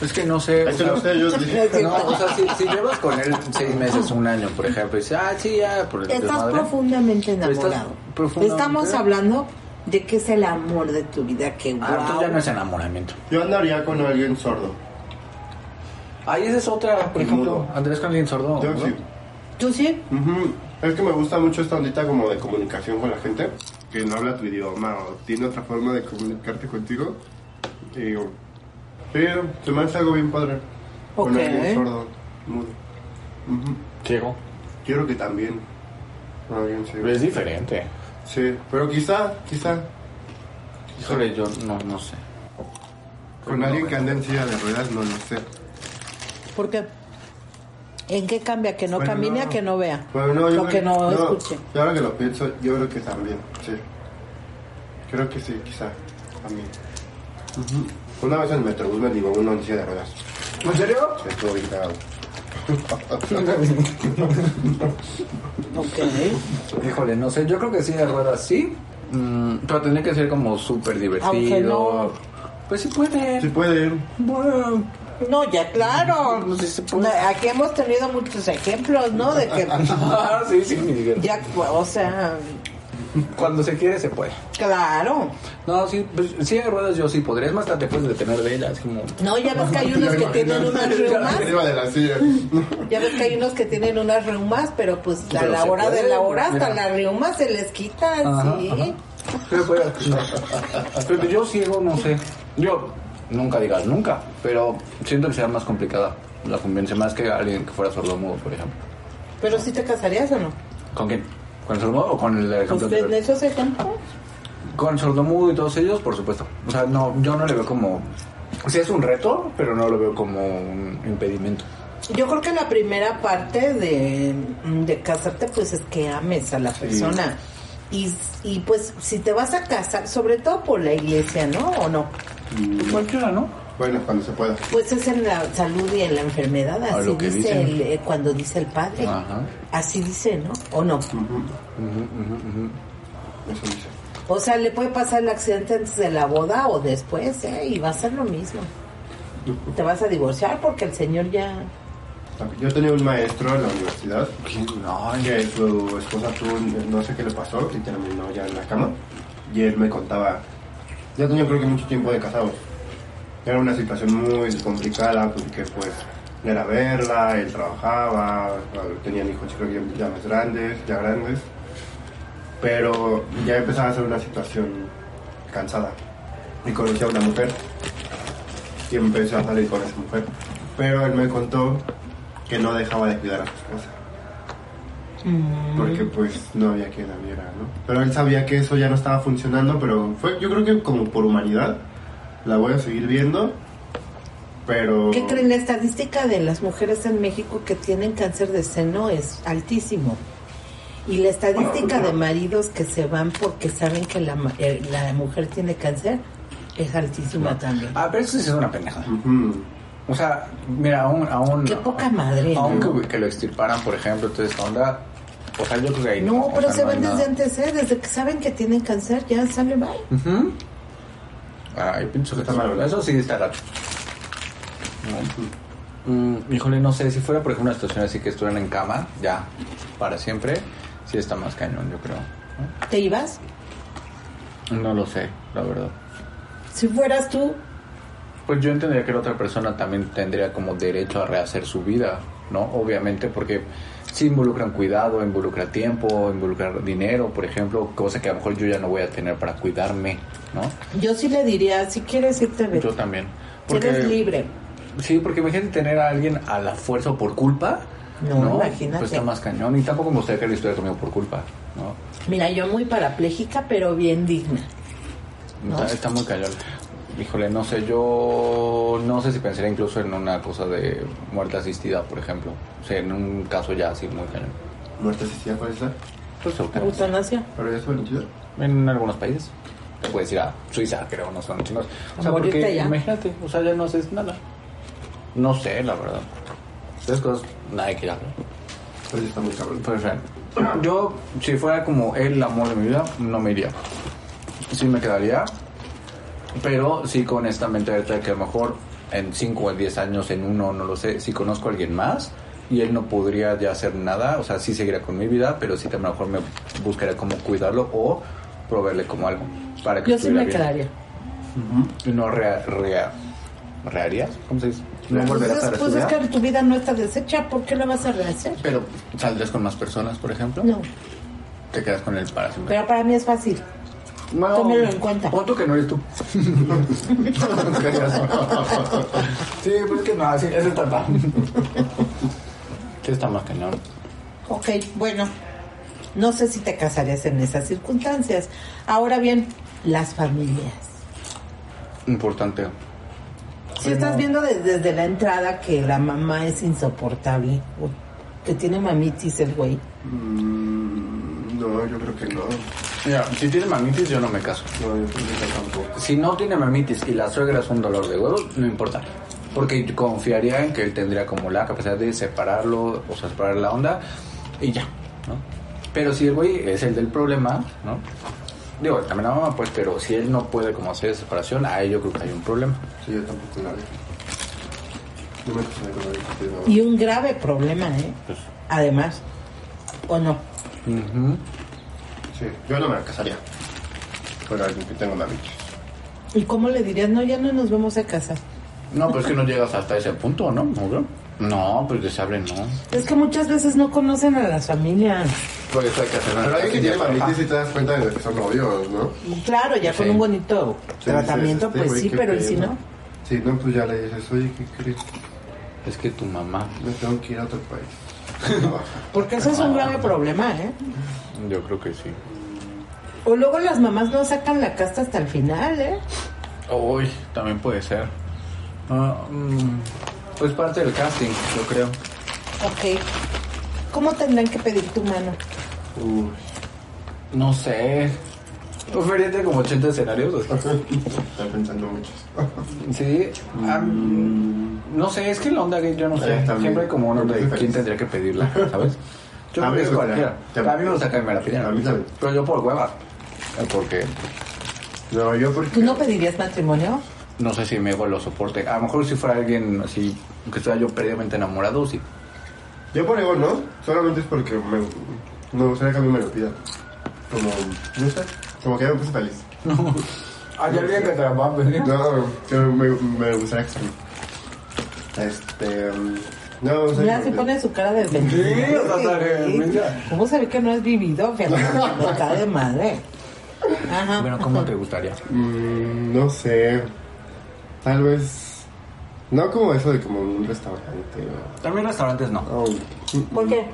Speaker 5: Es que no sé. o
Speaker 1: Es que
Speaker 5: sea,
Speaker 1: no sé, yo dije,
Speaker 5: No, o sea, si, si llevas con él seis meses, un año, por ejemplo, y dices, ah, sí, ya, por el
Speaker 4: Estás
Speaker 5: desmadre.
Speaker 4: profundamente
Speaker 5: Pero estás
Speaker 4: enamorado.
Speaker 5: profundamente-
Speaker 4: Estamos hablando de que es el amor de tu vida. Que
Speaker 5: Ah,
Speaker 4: guau.
Speaker 5: entonces ya no es enamoramiento.
Speaker 1: yo andaría con alguien sordo.
Speaker 5: Ahí esa es otra, por
Speaker 1: Y
Speaker 5: ejemplo,
Speaker 1: mudo.
Speaker 5: Andrés con alguien sordo.
Speaker 1: Yo
Speaker 5: ¿no?
Speaker 1: sí.
Speaker 4: ¿Tú sí?
Speaker 1: Ujú. Es que me gusta mucho esta ondita como de comunicación con la gente, que no habla tu idioma o tiene otra forma de comunicarte contigo. Y digo, sí, se me hace algo bien padre. Con
Speaker 4: Ok.
Speaker 1: alguien sordo, mudo. Ujú.
Speaker 5: Ciego.
Speaker 1: Quiero que también. con alguien
Speaker 5: Pero
Speaker 1: ciego.
Speaker 5: es diferente.
Speaker 1: Sí, pero quizá, quizá,
Speaker 5: Híjole, yo no, no sé.
Speaker 1: con alguien que anda en silla de ruedas, no lo sé.
Speaker 4: Porque. ¿En qué cambia? Que no
Speaker 1: Bueno,
Speaker 4: camine a que no vea.
Speaker 1: Bueno, no, yo
Speaker 4: o
Speaker 1: creo-
Speaker 4: que no, escuche.
Speaker 1: y ahora que lo pienso, yo creo que también, sí. Creo que sí, quizá, también. Ujú. Una vez en el Metrobús me ligó uno en silla de ruedas.
Speaker 6: ¿En serio?
Speaker 1: Se estuvo bien cagado.
Speaker 4: Ok.
Speaker 6: Híjole, no sé. Yo creo que sí, de ruedas sí.
Speaker 5: Mm, pero tendría que ser como súper divertido.
Speaker 4: Aunque no.
Speaker 5: Pues sí puede.
Speaker 1: Sí puede ir.
Speaker 5: Bueno,
Speaker 4: No, ya claro.
Speaker 5: No sé si se puede.
Speaker 4: No, Aquí hemos tenido muchos ejemplos, ¿no? De que
Speaker 5: Ah, sí, sí, ni digas.
Speaker 4: ya, o sea,
Speaker 5: Cuando se quiere, se puede.
Speaker 4: Claro.
Speaker 5: No, sí, pues, sí hay ruedas, yo sí podré. Es más, hasta te puedes detener de ellas. Como...
Speaker 4: No, ya ves que hay unos que tienen unas reumas.
Speaker 1: Arriba de la silla.
Speaker 4: Ya ves que hay unos que tienen unas reumas, pero pues a
Speaker 5: Pero
Speaker 4: la
Speaker 5: se
Speaker 4: hora de
Speaker 5: puede,
Speaker 4: la hora hasta
Speaker 5: mira.
Speaker 4: las reumas se les quitan,
Speaker 5: Ajá,
Speaker 4: sí.
Speaker 5: ajá. Sí, se puede. Pero yo ciego, no sé. Yo, nunca digas nunca, pero siento que será más complicada la convivencia, más que alguien que fuera sordomudo, por ejemplo.
Speaker 4: Pero si te casarías o no?
Speaker 5: ¿Con quién? ¿Con el sordomudo o con el ejemplo
Speaker 4: Pues en
Speaker 5: anterior?
Speaker 4: esos ejemplos.
Speaker 5: Con sordomudo y todos ellos, por supuesto. O sea, no, yo no le veo como... Sí es un reto, pero no lo veo como un impedimento.
Speaker 4: Yo creo que la primera parte de, de casarte, pues es que ames a la persona. Y, y pues si te vas a casar, sobre todo por la iglesia, ¿no? ¿O no?
Speaker 5: Cualquiera, ¿no?
Speaker 1: Bueno, cuando se pueda.
Speaker 4: Pues es en la salud y en la enfermedad,
Speaker 5: A
Speaker 4: así
Speaker 5: Ah, lo que
Speaker 4: dice
Speaker 5: dicen.
Speaker 4: el, eh, cuando dice el padre.
Speaker 5: Ajá.
Speaker 4: Así dice, ¿no? ¿O no?
Speaker 1: Eso dice.
Speaker 4: O sea, le puede pasar el accidente antes de la boda o después, ¿eh? Y va a ser lo mismo. Te vas a divorciar porque el señor ya...
Speaker 1: Yo tenía un maestro en la universidad
Speaker 5: No,
Speaker 1: que su esposa tuvo, un- no sé qué le pasó, y terminó ya en la cama. Y él me contaba, ya tenía creo que mucho tiempo de casados. Era una situación muy complicada porque pues era verla, él trabajaba, tenían hijos creo que ya más grandes, ya grandes. Pero ya empezaba a ser una situación cansada. Y conocí a una mujer y empecé a salir con esa mujer. Pero él me contó que no dejaba de cuidar a su esposa. Porque pues no había quien la viera, ¿no? Pero él sabía que eso ya no estaba funcionando, pero fue, yo creo que como por humanidad, la voy a seguir viendo, pero...
Speaker 4: ¿Qué creen? La estadística de las mujeres en México que tienen cáncer de seno es altísimo. Y la estadística de maridos que se van porque saben que la, ma- eh, la mujer tiene cáncer es altísima también.
Speaker 5: Ah, pero eso sí es una pendejada.
Speaker 1: Ujú.
Speaker 5: O sea, mira, aún... aún
Speaker 4: Qué poca madre, ¿no?
Speaker 5: Aunque que lo extirparan, por ejemplo, toda esta onda... O sea, yo creo que ahí
Speaker 4: No,
Speaker 5: o
Speaker 4: pero
Speaker 5: sea,
Speaker 4: se
Speaker 5: no hay
Speaker 4: van desde
Speaker 5: nada.
Speaker 4: antes, ¿eh? Desde que saben que tienen cáncer ya sale bye.
Speaker 5: Ujú. Ay, pinche que está mal. Eso sí está gacho. Mm, híjole, no sé, si fuera por ejemplo una situación así que estuvieran en cama, ya, para siempre, sí está más cañón, yo creo.
Speaker 4: ¿Te ibas?
Speaker 5: No lo sé, la verdad.
Speaker 4: Si fueras tú,
Speaker 5: Pues yo entendería que la otra persona también tendría como derecho a rehacer su vida, ¿no? Obviamente, porque sí involucran cuidado, involucra tiempo, involucra dinero, por ejemplo, cosa que a lo mejor yo ya no voy a tener para cuidarme, ¿no?
Speaker 4: yo sí le diría, si quieres irte, vete.
Speaker 5: Yo también.
Speaker 4: Eres libre.
Speaker 5: Sí, porque imagínate tener a alguien a la fuerza o por culpa.
Speaker 4: No, imagínate.
Speaker 5: Pues está más cañón. Y tampoco me gustaría que él estuviera conmigo por culpa. ¿no?
Speaker 4: Mira, yo muy parapléjica, pero bien digna.
Speaker 5: Está, está muy cañón. Híjole, no sé, yo no sé si pensaría incluso en una cosa de muerte asistida, por ejemplo. O sea, en un caso ya así muy cañón.
Speaker 1: Muerte asistida, ¿cuál es esa?
Speaker 5: Pues ok.
Speaker 4: Eutanasia.
Speaker 1: Pero ya estuvo chido.
Speaker 5: En algunos países. Te puedes ir a Suiza, creo, no son chinos. O sea,
Speaker 4: Morirte
Speaker 5: porque
Speaker 4: ya.
Speaker 5: imagínate, o sea, ya no haces nada. No sé, la verdad. Esas cosas, nadie que hablar.
Speaker 1: Pues está muy cabrón.
Speaker 5: Pues, eh, yo, si fuera como el amor de mi vida, no me iría. Sí me quedaría. Pero sí con esta mentalidad que a lo mejor en 5 o 10 años, en uno, no lo sé, si conozco a alguien más y él no podría ya hacer nada, o sea, sí seguirá con mi vida, pero sí también a lo mejor me buscaría como cuidarlo o proveerle como algo para que
Speaker 4: Yo sí
Speaker 5: estuviera
Speaker 4: me
Speaker 5: bien.
Speaker 4: quedaría.
Speaker 5: ¿No rea, rea- rearías? ¿Cómo se dice? ¿No
Speaker 4: Pues,
Speaker 5: volverás a
Speaker 4: es, pues es
Speaker 5: reestudiar?
Speaker 4: que tu vida no está deshecha, ¿por qué la vas a rehacer?
Speaker 5: Pero saldrías con más personas, por ejemplo.
Speaker 4: No,
Speaker 5: Te quedas con él para siempre.
Speaker 4: pero para mí es fácil.
Speaker 5: No,
Speaker 4: Tómelo en cuenta.
Speaker 5: Otro que no eres tú. sí, pues que no, así, eso está mal. Sí, está más cañón.
Speaker 4: Ok, bueno, no sé si te casarías en esas circunstancias. Ahora bien, las familias.
Speaker 5: Importante. Pues
Speaker 4: Si estás viendo de- desde la entrada que la mamá es insoportable, uy, que tiene mamitis el güey.
Speaker 1: Mm, no, yo creo que no. No,
Speaker 5: Mira, si tiene mamitis, yo no me caso.
Speaker 1: yo creo que no tampoco.
Speaker 5: Si no tiene mamitis y la suegra es un dolor de huevos, no importa. Porque yo confiaría en que él tendría como la capacidad de separarlo, o sea, separar la onda y ya, ¿no? Pero si el güey es el del problema, ¿no? Digo, también la mamá, pues, pero si él no puede como hacer separación, ahí yo creo que hay un problema.
Speaker 1: Sí, yo tampoco la vi. No me casaré con nadie, sí, no.
Speaker 4: Y un grave problema, ¿eh?
Speaker 5: Pues,
Speaker 4: Además, ¿o no?
Speaker 1: Sí, yo no me casaría. Con alguien que tenga una bicha.
Speaker 4: ¿Y cómo le dirías? No, ya no nos vamos a casar.
Speaker 5: No, pero es que no llegas hasta ese punto, ¿no? ¿No, creo? No, pues deseable no.
Speaker 4: Es que muchas veces no conocen a las familias.
Speaker 5: Por Pues eso hay que hacer una
Speaker 1: Pero alguien que
Speaker 5: casilla
Speaker 1: tiene
Speaker 5: pareja.
Speaker 1: mamitis y te das cuenta de que son novios, ¿no?
Speaker 4: Y Claro, ya con
Speaker 5: Sí.
Speaker 4: un bonito
Speaker 1: Sí, dices,
Speaker 4: tratamiento,
Speaker 1: este
Speaker 4: pues
Speaker 1: güey,
Speaker 4: sí,
Speaker 1: ¿qué
Speaker 4: pero ¿y
Speaker 1: pedo?
Speaker 4: si no?
Speaker 1: Sí, no, pues ya le dices, oye, ¿qué crees?
Speaker 5: Es que tu mamá,
Speaker 1: Me tengo que ir a otro país. Trabaja.
Speaker 4: Porque eso es un grave problema, ¿eh?
Speaker 5: yo creo que sí.
Speaker 4: O luego las mamás no sacan la casta hasta el final, ¿eh?
Speaker 5: Uy, también puede ser. Ah, mm, pues parte del casting, yo creo.
Speaker 4: Ok. ¿Cómo tendrán que pedir tu mano?
Speaker 1: Uy.
Speaker 5: No sé. Ofería entre Pues como 80 escenarios. o sea.
Speaker 1: Estoy pensando mucho.
Speaker 5: Sí. ah, no sé, es que la onda gay, yo no
Speaker 1: Eh,
Speaker 5: sé.
Speaker 1: también.
Speaker 5: Siempre hay como una onda de quién
Speaker 1: Diferentes.
Speaker 5: tendría que pedirla, ¿sabes? Yo
Speaker 1: A
Speaker 5: creo
Speaker 1: mí
Speaker 5: que es
Speaker 1: me
Speaker 5: cualquiera.
Speaker 1: gustaría.
Speaker 5: A mí me gusta que me la
Speaker 1: A
Speaker 5: pidieran.
Speaker 1: mí también.
Speaker 5: Pero yo por hueva. Eh, Porque
Speaker 1: No, yo porque...
Speaker 4: ¿Tú Pues no pedirías matrimonio?
Speaker 5: no sé si mi ego lo soporte. A lo mejor si fuera alguien así, que estuviera yo perdidamente enamorado, sí.
Speaker 1: Yo por ego no, solamente es porque me, me gustaría que a mí me lo pidan. Como, no sé, como que ya me puse feliz.
Speaker 4: Ah,
Speaker 5: Hay alguien que te la va a
Speaker 4: ¿eh?
Speaker 5: pedir.
Speaker 1: No, yo me, me gustaría que se me- Este... um, No, no sé.
Speaker 4: Mira, se pone su cara de
Speaker 5: Sí, o sea, que, mira.
Speaker 4: ¿Cómo se ve que no has vivido, Fernando? Está de madre. Ajá.
Speaker 5: Bueno, ¿cómo te gustaría?
Speaker 1: Mm, no sé. Tal vez... No como eso de como un restaurante o...
Speaker 5: También restaurantes no.
Speaker 1: o un-
Speaker 4: ¿Por qué?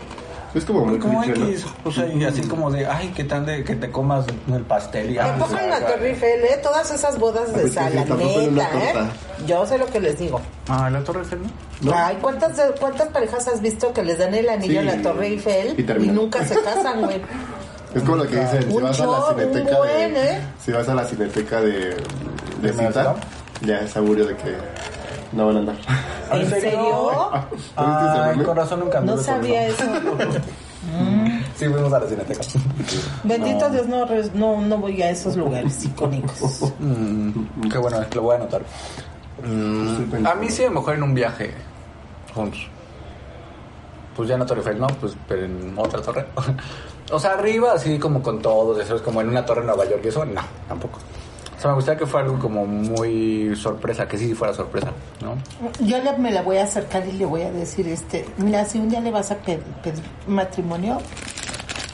Speaker 1: Es como muy
Speaker 5: Como
Speaker 1: cliché, ¿no?
Speaker 5: X, o sea, y así como de, ay, qué tal de que te comas el pastel y ah,
Speaker 4: Tampoco en la
Speaker 5: ah,
Speaker 4: Torre Eiffel, ¿eh? Todas esas bodas
Speaker 1: Ay, pues,
Speaker 4: de
Speaker 1: sí,
Speaker 4: sala,
Speaker 1: tampoco en una
Speaker 4: neta, ¿eh?
Speaker 1: torta.
Speaker 4: Yo sé lo que les digo.
Speaker 5: Ah, la Torre Eiffel, ¿no?
Speaker 4: Ay, ¿cuántas, ¿cuántas parejas has visto que les dan el anillo
Speaker 1: Sí.
Speaker 4: a la Torre Eiffel
Speaker 1: Y
Speaker 4: y,
Speaker 1: terminan.
Speaker 4: nunca se casan, güey?
Speaker 1: Es como lo que dicen, si
Speaker 4: Un
Speaker 1: vas a la
Speaker 4: show, un
Speaker 1: cineteca
Speaker 4: buen,
Speaker 1: de,
Speaker 4: ¿eh?
Speaker 1: si vas a la cineteca de, de
Speaker 5: ¿De
Speaker 1: cita,
Speaker 5: Mazatlán?
Speaker 1: ya es augurio de que no van a andar.
Speaker 5: Ah,
Speaker 4: ¿En serio?
Speaker 5: Ay,
Speaker 1: ¿Viste ese
Speaker 5: con razón Ah, nunca
Speaker 4: No
Speaker 5: anduve con
Speaker 4: sabía
Speaker 5: uno.
Speaker 4: eso.
Speaker 5: Sí, fuimos a la cineteca.
Speaker 4: Bendito Dios, no, res- no, no voy a esos lugares icónicos.
Speaker 5: Mm, qué bueno, lo voy a anotar. Mm, a mí sí, a lo mejor en un viaje juntos. Pues ya en la Torre Eiffel, no, pues pero en otra torre. o sea, arriba, así como con todos, ya sabes, como en una torre en Nueva York y eso, no, tampoco. O sea, me gustaría que fuera algo como muy sorpresa, que sí fuera sorpresa, ¿no?
Speaker 4: Yo le- me la voy a acercar y le voy a decir, este, mira, si un día le vas a pe- pedir matrimonio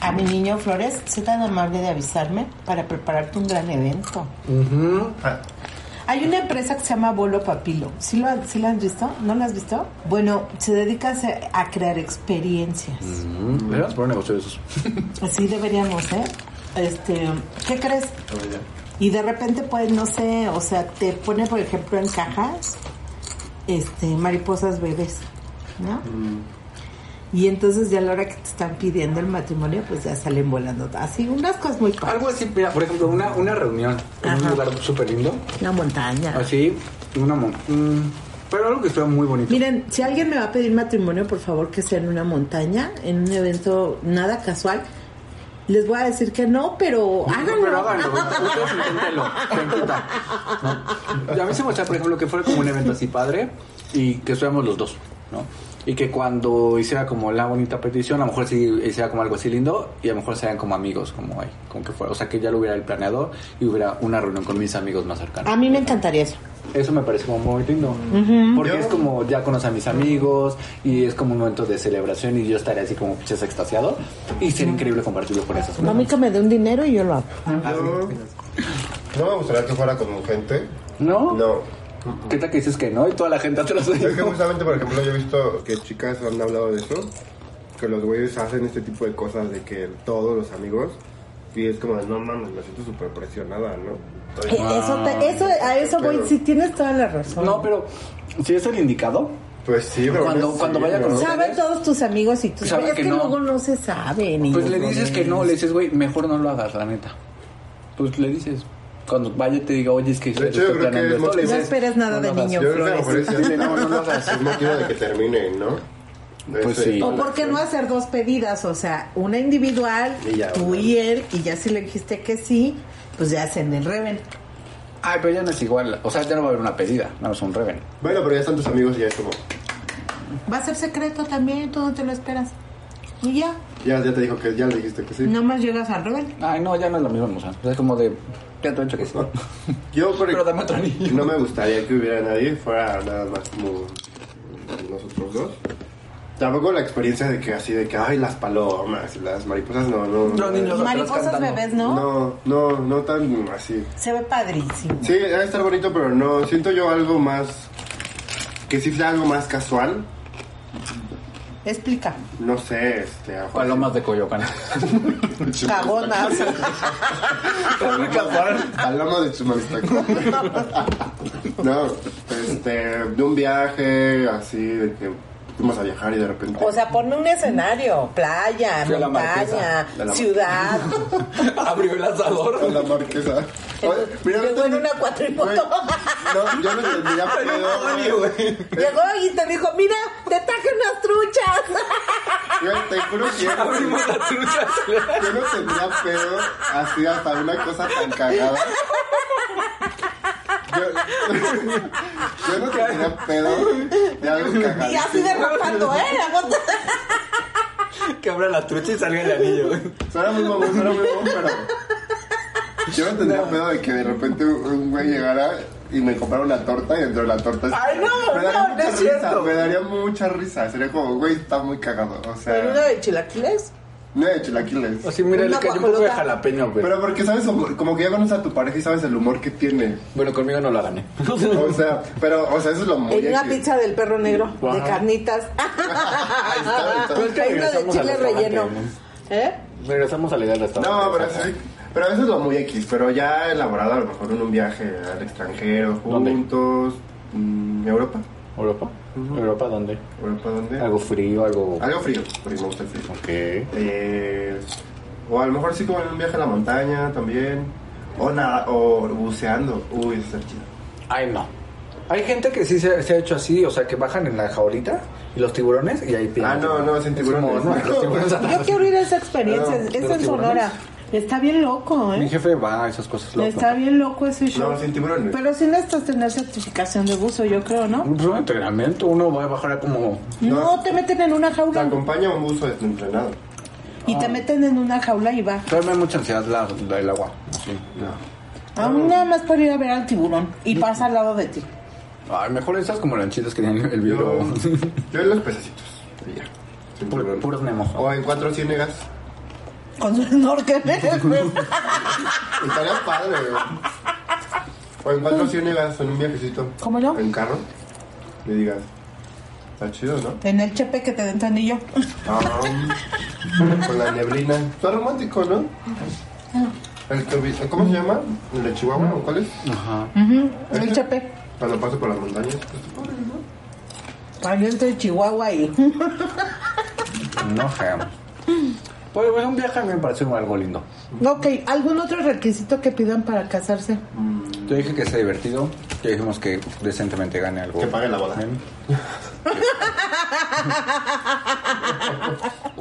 Speaker 4: a mi niño Flores, sé tan amable de avisarme para prepararte un gran evento.
Speaker 5: Mm.
Speaker 4: Hay una empresa que se llama Bolo Papilo. ¿Sí, lo, han- sí la han visto? ¿No la has visto? Bueno, se dedica a hacer- a crear experiencias.
Speaker 5: Mm. ¿Verdad? Por un negocio de esos.
Speaker 4: Sí deberíamos, ¿eh? Este, ¿qué crees?
Speaker 1: meme?
Speaker 4: Y de repente, pues, no sé, o sea, te pone, por ejemplo, en cajas, este, mariposas bebés, ¿no? Y entonces ya a la hora que te están pidiendo el matrimonio, pues ya salen volando. Así, unas cosas muy padres.
Speaker 5: Algo así, mira, por ejemplo, una, una reunión en
Speaker 4: Ajá.
Speaker 5: un lugar súper lindo.
Speaker 4: Una montaña.
Speaker 5: Así, una mon- mm, Pero algo que estuvo muy bonito.
Speaker 4: Miren, si alguien me va a pedir matrimonio, por favor que sea en una montaña, en un evento nada casual. Les voy a decir que no, pero háganlo.
Speaker 5: Pero háganlo, ustedes inténtenlo, se intenta, ¿no? Y A mí se me gustaría, por ejemplo, que fuera como un evento así padre y que estuviéramos los dos, ¿no? Y que cuando hiciera como la bonita petición, a lo mejor sí hiciera como algo así lindo y a lo mejor serían como amigos, como ahí, como que fuera. O sea, que ya lo hubiera el planeador y hubiera una reunión con mis amigos más cercanos.
Speaker 4: A mí me encantaría eso.
Speaker 5: Eso me parece como muy lindo. Porque
Speaker 1: Yo-
Speaker 5: es como ya conoce a mis amigos y es como un momento de celebración y yo estaré así como piches extasiado y sería increíble compartirlo con esas
Speaker 4: A mí que me dé un dinero y yo lo hago.
Speaker 5: Ah.
Speaker 1: No, no me gustaría que fuera con gente.
Speaker 5: ¿No?
Speaker 1: No.
Speaker 5: ¿Qué tal que dices que no? Y toda la gente te lo
Speaker 1: Es que
Speaker 5: dijo.
Speaker 1: justamente, por ejemplo, yo he visto que chicas han hablado de eso, que los güeyes hacen este tipo de cosas de que todos los amigos, y es como, no mames, me siento súper presionada, ¿no?
Speaker 4: Eh, Eso, te- eso, a eso voy,
Speaker 1: Pero-
Speaker 4: si tienes toda la razón.
Speaker 5: No, pero si es el indicado,
Speaker 1: Pues sí, pero
Speaker 5: Cuando-
Speaker 1: no sé,
Speaker 5: cuando vaya con-
Speaker 1: ¿no?
Speaker 4: Saben todos tus amigos y tus
Speaker 5: Saben
Speaker 4: Es
Speaker 5: que
Speaker 4: que
Speaker 5: no.
Speaker 4: luego no se sabe. niños,
Speaker 5: pues le
Speaker 4: no
Speaker 5: dices
Speaker 4: ven.
Speaker 5: que no, le dices, güey, mejor no lo hagas, la neta. Pues le dices. Cuando vaya y te diga, oye, es que
Speaker 1: De hecho, yo creo que es
Speaker 5: esto, le
Speaker 1: motivo.
Speaker 4: No
Speaker 5: dices,
Speaker 4: esperes nada
Speaker 5: no
Speaker 4: de
Speaker 5: lo hagas.
Speaker 4: niño
Speaker 1: Yo creo que a lo mejor
Speaker 4: flores.
Speaker 1: es así, no, no, no, o sea, es un motivo de que terminen, ¿no? De
Speaker 5: Pues
Speaker 1: ese-
Speaker 5: sí.
Speaker 4: O por qué no hacer dos pedidas, o sea, una individual,
Speaker 1: Y ya,
Speaker 4: tú
Speaker 1: una.
Speaker 4: y él, y ya si le dijiste que sí, pues ya hacen el reven.
Speaker 5: Ay, pero ya no es igual. O sea, ya no va a haber una pedida, no es un reven.
Speaker 1: Bueno, pero ya están tus amigos y ya es como,
Speaker 4: Va a ser secreto también, tú no te lo esperas. Y ya,
Speaker 1: Ya, ya te dijo que ya le dijiste que sí.
Speaker 4: nomás llegas al rebelde.
Speaker 5: Ay, no, ya no es la misma musa. Es como de. Ya te he hecho que sí.
Speaker 1: Yo, por
Speaker 5: Pero dame otro anillo.
Speaker 1: No me gustaría que hubiera nadie, fuera nada más como nosotros dos. Tampoco la experiencia de que así, de que, ay, las palomas y las mariposas, no, no.
Speaker 5: No, ni los atrás
Speaker 4: Mariposas
Speaker 5: cantando.
Speaker 4: bebés, ¿no?
Speaker 1: No, no, no tan así.
Speaker 4: Se ve padrísimo.
Speaker 1: Sí, debe estar bonito, pero no. Siento yo algo más. Que sí sea algo más casual.
Speaker 4: Explica.
Speaker 1: No sé, este. a lo mejor-
Speaker 5: Palomas de Coyoacán.
Speaker 4: Cagonas.
Speaker 1: Palomas de Chumalistaco. no, este. De un viaje así, de que fuimos a viajar y de repente.
Speaker 7: O sea, ponme un escenario, playa,
Speaker 5: Fui a la
Speaker 7: montaña,
Speaker 5: Marquesa,
Speaker 1: de la-
Speaker 7: ciudad.
Speaker 5: Abrió el
Speaker 1: Con
Speaker 5: asador.
Speaker 1: la marquesa. Oye, mira,
Speaker 7: Llegó en
Speaker 1: no-
Speaker 7: una
Speaker 1: Güey,
Speaker 7: cuatrimoto.
Speaker 1: No, yo no tendría pedo. güey.
Speaker 7: Llegó y te dijo, mira, te traje unas truchas.
Speaker 1: Güey, Te juro que yo no
Speaker 5: Abrimos la trucha.
Speaker 1: yo no tendría pedo así hasta una cosa tan cagada. Yo, yo no tendría pedo de algo cagado.
Speaker 7: Y así derrapando, ¿eh? La gota.
Speaker 5: Que abra la trucha y salga el anillo. güey.
Speaker 1: Suena muy mamón, suena muy mamón, pero... Yo no tendría pedo de que de repente un güey llegara y me comprara una torta y dentro de la torta...
Speaker 5: Ay, no,
Speaker 1: me daría mucha
Speaker 5: no, no es
Speaker 1: risa,
Speaker 5: cierto.
Speaker 1: Me daría mucha risa. Sería como, güey, está muy cagado. O
Speaker 7: Pero una
Speaker 1: sea,
Speaker 7: de chilaquiles.
Speaker 1: no he hecho la Aquiles.
Speaker 5: Así, mira, le
Speaker 7: Una
Speaker 5: cayó un poco de
Speaker 7: guajolota.
Speaker 5: jalapeño, güey.
Speaker 1: Pero porque sabes, como que ya conoces a tu pareja y sabes el humor que tiene.
Speaker 5: Bueno, conmigo no la gané.
Speaker 1: O sea, pero, o sea, eso es lo muy...
Speaker 7: En una
Speaker 1: X. Ah,
Speaker 7: pizza del perro negro,
Speaker 5: Wow.
Speaker 7: de carnitas.
Speaker 1: Ahí está, ahí está.
Speaker 7: Hay una de
Speaker 5: regresamos al
Speaker 7: chile relleno.
Speaker 5: restaurante,
Speaker 7: ¿Eh?
Speaker 5: Regresamos a la idea del restaurante.
Speaker 1: No, pero sí. Pero eso es lo muy X, pero ya elaborado a lo mejor en un viaje al extranjero,
Speaker 5: ¿Dónde?
Speaker 1: juntos. Mm, ¿Europa?
Speaker 5: ¿Europa? ¿Europa dónde?
Speaker 1: ¿Europa dónde?
Speaker 5: Algo frío, algo...
Speaker 1: Algo frío, porque me gusta el frío.
Speaker 5: Ok.
Speaker 1: Eh, o a lo mejor sí como en un viaje a la montaña también. O nada, o buceando. Uy, eso está chido.
Speaker 5: Ay, no. Hay gente que sí se, se ha hecho así, o sea, que bajan en la jaulita y los tiburones y ahí pierden.
Speaker 1: Ah, no, no, sin
Speaker 5: Es
Speaker 1: tiburones.
Speaker 5: como, no, los tiburones atrás.
Speaker 4: Yo quiero ir a esa experiencia.
Speaker 1: Claro,
Speaker 4: es
Speaker 5: pero
Speaker 4: en
Speaker 5: tiburones.
Speaker 4: Sonora. Está bien loco,
Speaker 5: Mi
Speaker 4: ¿eh?
Speaker 5: jefe va a esas cosas. lo-
Speaker 4: Está bien loco ese show.
Speaker 1: No, sin tiburones.
Speaker 4: Pero sí necesitas tener certificación de buzo, yo creo, ¿no?
Speaker 5: Es un entrenamiento, uno va a bajar como...
Speaker 4: No, te meten en una
Speaker 1: Te
Speaker 4: jaula
Speaker 1: acompaña un buzo desentrenado.
Speaker 4: y
Speaker 5: Ah.
Speaker 4: te meten en una jaula y va.
Speaker 5: Todavía me da mucha ansiedad la, la- el agua. así.
Speaker 4: Aún nada más por ir a ver al tiburón y pasa al lado de ti.
Speaker 5: Ay, mejor esas como lanchitas que tienen el vidrio.
Speaker 1: Yo, yo en los pececitos. y ya, sin
Speaker 5: Pu-
Speaker 1: tiburón.
Speaker 5: Puros Nemo.
Speaker 1: O en cuatro ciénegas.
Speaker 4: Con su snorkel.
Speaker 1: Estaría padre, güey. O en cuatro ciénegas, en un viajecito.
Speaker 4: ¿Cómo no?
Speaker 1: En carro. Le digas. Está chido, ¿no?
Speaker 4: en el chepe que te den tu anillo.
Speaker 1: Am, Ah, con la neblina. Está romántico, ¿no? El que- ¿Cómo se llama? ¿El de Chihuahua o cuál es?
Speaker 5: Ajá.
Speaker 4: El chepe.
Speaker 1: Cuando paso por las montañas.
Speaker 4: Caliente de Chihuahua y.
Speaker 5: No jam. Pues bueno, un viaje a mí me pareció algo lindo.
Speaker 4: Ok, ¿algún otro requisito que pidan para casarse?
Speaker 5: Yo dije que sea divertido. Ya dijimos que decentemente gane algo.
Speaker 1: Que pague la boda.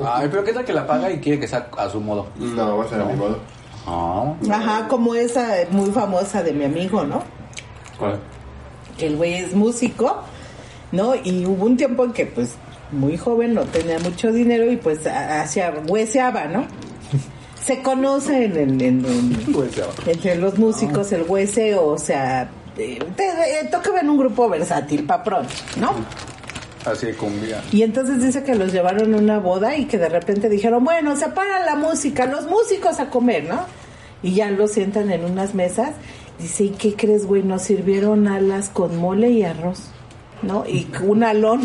Speaker 5: Ay, pero ¿qué tal que la paga y quiere que sea a su modo?
Speaker 1: No, va a ser a mi modo.
Speaker 5: Ah.
Speaker 4: Ajá, como esa eh, muy famosa de mi amigo, ¿no?
Speaker 5: ¿Cuál?
Speaker 4: que el güey es músico, ¿no? Y hubo un tiempo en que, pues, muy joven, no tenía mucho dinero y, pues, ha- hacía, hueseaba, ¿no? Se conoce en, en- en- en-
Speaker 5: Pues ya.
Speaker 4: entre los músicos el hueseo, o sea, eh, te- eh, tocaba en un grupo versátil, pa' pronto, ¿no?
Speaker 5: Así de cumbia.
Speaker 4: Y entonces dice que los llevaron a una boda y que de repente dijeron, bueno, se para la música, los músicos a comer, ¿no? Y ya los sientan en unas mesas. Dice, ¿y qué crees, güey? Nos sirvieron alas con mole y arroz, ¿no? Y un alón.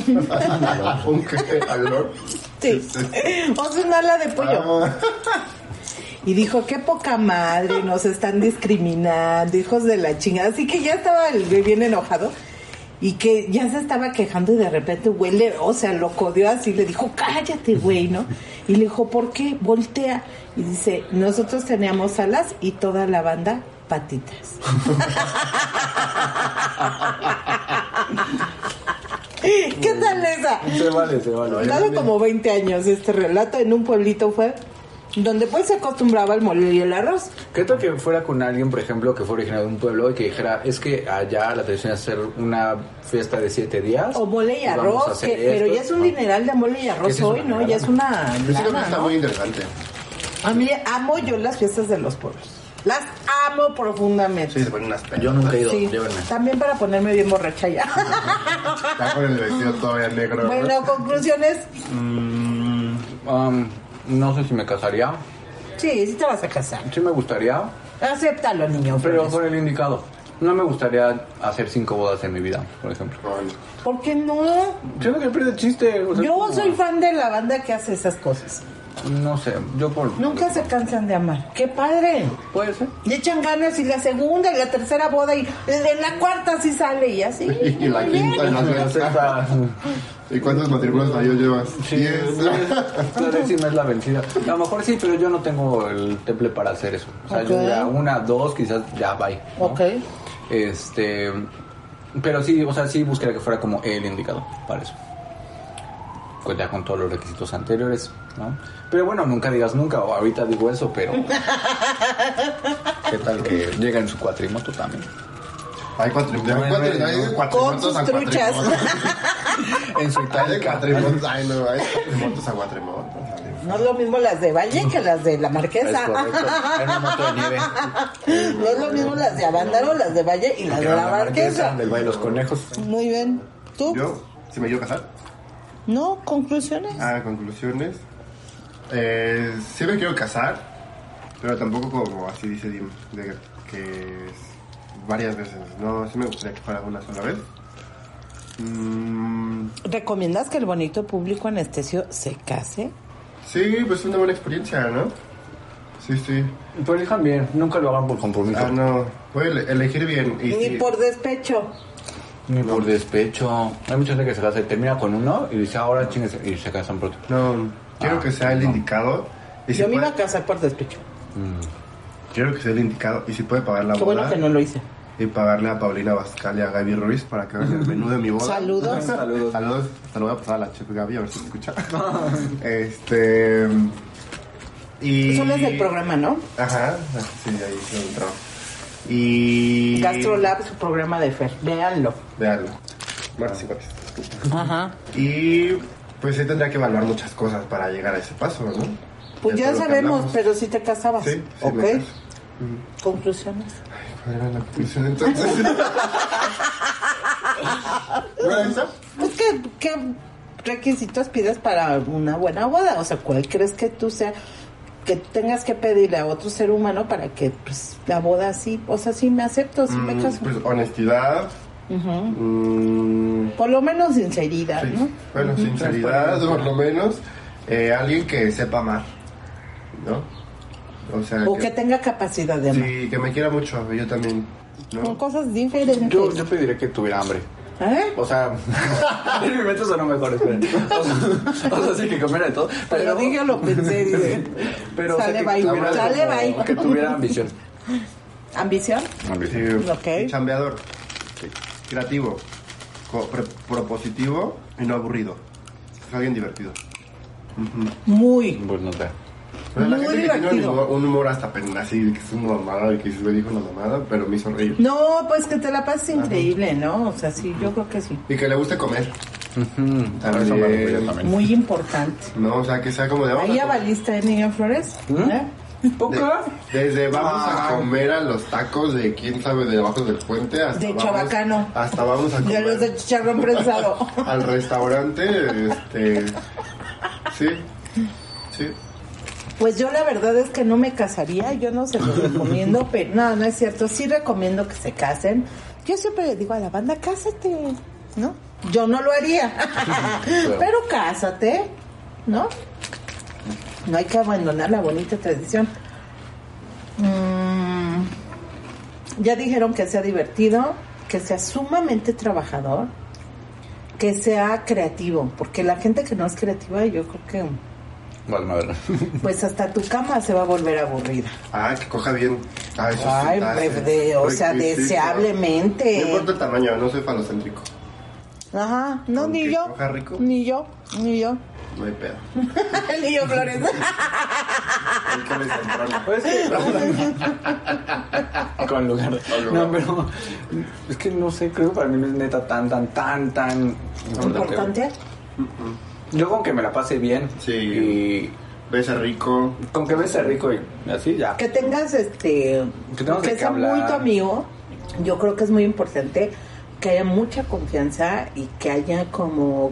Speaker 1: Un jefe al olor.
Speaker 4: sí. O sea, un ala de pollo.
Speaker 1: Ah,
Speaker 4: Y dijo, qué poca madre, nos están discriminando, hijos de la chingada. Así que ya estaba el güey bien enojado. Y que ya se estaba quejando y de repente, güey, le- o sea, lo codió así, le dijo, cállate, güey, ¿no? Y le dijo, ¿por qué? Voltea. Y dice, nosotros teníamos alas y toda la banda patitas. ¿Qué tal esa?
Speaker 5: Se vale, se vale.
Speaker 4: Dado como 20 años este relato en un pueblito fue donde pues se acostumbraba el mole y el arroz.
Speaker 5: ¿Qué tal que fuera con alguien, por ejemplo, que fuera originario de un pueblo y que dijera, es que allá la tradición es hacer una fiesta de siete días?
Speaker 4: O mole y
Speaker 5: Pues vamos a
Speaker 4: arroz,
Speaker 5: hacer
Speaker 4: que- pero
Speaker 5: esto?
Speaker 4: ya es un
Speaker 5: Ah.
Speaker 4: dineral de mole y
Speaker 5: Que
Speaker 4: arroz
Speaker 5: sí es
Speaker 4: hoy,
Speaker 5: una
Speaker 4: ¿no? Ya es una
Speaker 1: Yo siento que
Speaker 4: lana,
Speaker 1: está
Speaker 4: ¿no?
Speaker 1: muy interesante.
Speaker 4: A mí amo yo las fiestas de los pueblos. Las amo profundamente.
Speaker 1: Sí, se ponen unas pelotas.
Speaker 5: Yo nunca he ido,
Speaker 4: Sí.
Speaker 5: llévenme. Ah,
Speaker 4: También para ponerme bien borracha ya.
Speaker 1: Está con el vestido todavía negro.
Speaker 4: bueno, conclusiones.
Speaker 5: Mm, um, no sé si me casaría,
Speaker 4: Sí, sí te vas a casar.
Speaker 5: sí me gustaría,
Speaker 4: Acéptalo, niño.
Speaker 5: pero
Speaker 4: Flores.
Speaker 5: con el indicado. No me gustaría hacer cinco bodas en mi vida, por ejemplo.
Speaker 1: Con-
Speaker 4: ¿Por qué no?
Speaker 5: Siento que pierde el chiste. o sea,
Speaker 4: Yo
Speaker 5: Pues como-
Speaker 4: soy fan de la banda que hace esas cosas.
Speaker 5: No sé, yo por...
Speaker 4: Nunca se cansan de amar. ¡Qué padre!
Speaker 5: Puede ser.
Speaker 4: Le echan ganas y la segunda y la tercera boda y en la cuarta sí sale y así.
Speaker 1: Y la quinta y la sexta. ¿Y cuántos matrimonios fallidos llevas?
Speaker 5: ah, Sí,
Speaker 1: Diez.
Speaker 5: la décima es la vencida. A lo mejor sí, pero yo no tengo el temple para hacer eso. O sea, yo
Speaker 4: Ok.
Speaker 5: ya una, dos, quizás ya bye. ¿no?
Speaker 4: Ok.
Speaker 5: Este, pero sí, o sea, sí buscaría que fuera como el indicado para eso. Pues ya con todos los requisitos anteriores, ¿no? Pero bueno, nunca digas nunca, o ahorita digo eso, pero. ¿Qué tal que llega en su cuatrimoto también?
Speaker 1: Hay cuatro. Hay cuatro. Hay
Speaker 4: Con
Speaker 1: cuatrimotos
Speaker 4: sus
Speaker 1: a
Speaker 4: truchas.
Speaker 5: En su
Speaker 1: Hay de
Speaker 5: itálica.
Speaker 1: cuatrimotos. Ay, no. Hay cuatrimotos a cuatrimotos.
Speaker 4: No es lo mismo las de Valle que las de la
Speaker 5: Es
Speaker 4: Marquesa.
Speaker 5: correcto. En una moto de nieve.
Speaker 4: No es lo mismo las de Avándaro, las de Valle y las de la Marquesa.
Speaker 5: Del baile de los conejos.
Speaker 4: Muy bien. ¿Tú?
Speaker 1: Yo, si me quiero casar.
Speaker 4: No, conclusiones.
Speaker 1: Ah, conclusiones. Eh, sí me quiero casar, pero tampoco como así dice Dim, de que es varias veces. No, sí me gustaría que fuera una sola vez. Mm,
Speaker 4: ¿Recomiendas que el bonito público anestesio se case?
Speaker 1: sí, pues es una buena experiencia, ¿no? Sí, sí.
Speaker 5: Pero elijan bien, nunca lo hagan por compromiso.
Speaker 1: Ah, no. Voy a ele- elegir bien. Y
Speaker 4: Ni
Speaker 1: sí.
Speaker 4: por despecho.
Speaker 5: Ni por despecho. Hay mucha gente que se casa y termina con uno y dice "Ah, ahora chingues y se casan pronto.
Speaker 1: No, quiero
Speaker 5: Ah,
Speaker 1: que sea el indicado. Y si
Speaker 4: Yo me
Speaker 1: puede-
Speaker 4: iba a casar por despecho.
Speaker 1: Quiero que sea el indicado. Y si puede pagar la
Speaker 4: Qué
Speaker 1: boda.
Speaker 4: bueno que no lo hice.
Speaker 1: Y pagarle a Paulina Bascal y a Gaby Ruiz para que vean el menú de mi boda.
Speaker 4: Saludos.
Speaker 1: Saludos. Saludos. Se lo voy a pasar a la chef Gaby a ver si me escucha. este. Y.
Speaker 4: Son las del programa, ¿no?
Speaker 1: Ajá. ah, Sí, ahí se entró. Y.
Speaker 4: Gastrolab, su programa de Fer. Véanlo.
Speaker 1: Veanlo. Martes y jueves.
Speaker 4: Ajá.
Speaker 1: Y. Pues sí tendría que evaluar muchas cosas para llegar a ese paso, ¿no?
Speaker 4: Pues ya
Speaker 1: todo lo que
Speaker 4: sabemos,
Speaker 1: hablamos.
Speaker 4: pero si te casabas.
Speaker 1: Sí, sí,
Speaker 4: ok.
Speaker 1: me caso.
Speaker 4: Conclusiones.
Speaker 1: ¿Cuál era la conclusión entonces? ¿Cuál era esa?
Speaker 4: Pues ¿qué, qué requisitos pides para una buena boda, o sea, ¿cuál crees que tú sea que tengas que pedirle a otro ser humano para que pues, la boda sí, o sea, sí me acepto, sí me
Speaker 1: Mm,
Speaker 4: caso,
Speaker 1: Pues honestidad. Mm,
Speaker 4: por lo menos sinceridad,
Speaker 1: sí.
Speaker 4: Ah, ¿no?
Speaker 1: Bueno, sinceridad, por lo menos. eh, alguien que sepa amar, ¿no? O sea,
Speaker 4: O que tenga capacidad de amar.
Speaker 1: sí, que me quiera mucho, yo también.
Speaker 4: Son
Speaker 1: ¿no?
Speaker 4: cosas diferentes.
Speaker 5: Yo, yo pediré que tuviera hambre.
Speaker 4: ¿Eh?
Speaker 5: O sea, en mi mente sonó mejor, esperen. O sea, o sea, sí que comiera de todo.
Speaker 4: Pero
Speaker 5: Pero,
Speaker 4: dije, lo pensé, dije.
Speaker 5: pero o sea,
Speaker 4: Sale
Speaker 5: que
Speaker 4: bye,
Speaker 5: tuviera
Speaker 4: sale
Speaker 5: como-
Speaker 4: bye.
Speaker 5: Que tuviera ambición.
Speaker 4: Ambición.
Speaker 1: Sí,
Speaker 4: Ok.
Speaker 1: Chambeador, creativo, co- pro- propositivo y no aburrido. Es alguien divertido.
Speaker 4: Muy.
Speaker 5: Pues no sé.
Speaker 1: Pero la
Speaker 4: Muy
Speaker 1: gente que tiene un
Speaker 4: divertido.
Speaker 1: humor, un humor hasta pen- así, que es una mamada y que se me dijo una mamada, pero me hizo reír.
Speaker 4: No, pues que te la pases increíble, ¿no? O sea, sí, yo creo que sí.
Speaker 1: Y que le guste comer.
Speaker 5: Ahora eso me lo cuido también.
Speaker 4: Muy importante.
Speaker 1: No, o sea, que sea como de vamos
Speaker 4: Ahí
Speaker 1: a
Speaker 4: ya
Speaker 1: comer.
Speaker 4: valiste, ¿eh, Miguel Flores? ¿Eh?
Speaker 1: De- desde vamos a comer a los tacos de quién sabe de abajo del puente hasta
Speaker 4: De
Speaker 1: vamos-
Speaker 4: Chabacano.
Speaker 1: hasta vamos a
Speaker 4: De
Speaker 1: comer
Speaker 4: los de chicharrón prensado.
Speaker 1: al restaurante este sí sí
Speaker 4: Pues yo la verdad es que no me casaría, yo no se los recomiendo, pero no, no es cierto, sí recomiendo que se casen. Yo siempre le digo a la banda, cásate, ¿no? Yo no lo haría, pero cásate, ¿no? No hay que abandonar la bonita tradición. Mm, ya dijeron que sea divertido, que sea sumamente trabajador, que sea creativo, porque la gente que no es creativa yo creo que
Speaker 5: Vale, madre.
Speaker 4: pues hasta tu cama se va a volver aburrida.
Speaker 1: ah que coja bien ah, eso sí,
Speaker 4: Ay,
Speaker 1: ah,
Speaker 4: pues,
Speaker 1: sí.
Speaker 4: de- o sea,
Speaker 1: Requisito.
Speaker 4: deseablemente.
Speaker 1: no importa el tamaño no soy falocéntrico
Speaker 4: Ajá, no,
Speaker 1: Aunque
Speaker 4: ni yo.
Speaker 1: coja rico.
Speaker 4: Ni yo, ni yo.
Speaker 1: No hay pedo.
Speaker 4: El niño Flores.
Speaker 1: Hay que me entrona.
Speaker 5: Pues es que- Con lugar de-
Speaker 1: Con lugar.
Speaker 5: No, pero. Es que no sé, creo que para mí no es neta tan, tan, tan, tan.
Speaker 4: Importante.
Speaker 5: Yo con que me la pase bien.
Speaker 1: Sí.
Speaker 5: Y.
Speaker 1: Besa rico.
Speaker 5: Con que bese rico y así ya.
Speaker 4: Que tengas este.
Speaker 5: Que tengas de qué
Speaker 4: sea
Speaker 5: hablar.
Speaker 4: muy tu amigo. Yo creo que es muy importante que haya mucha confianza y que haya como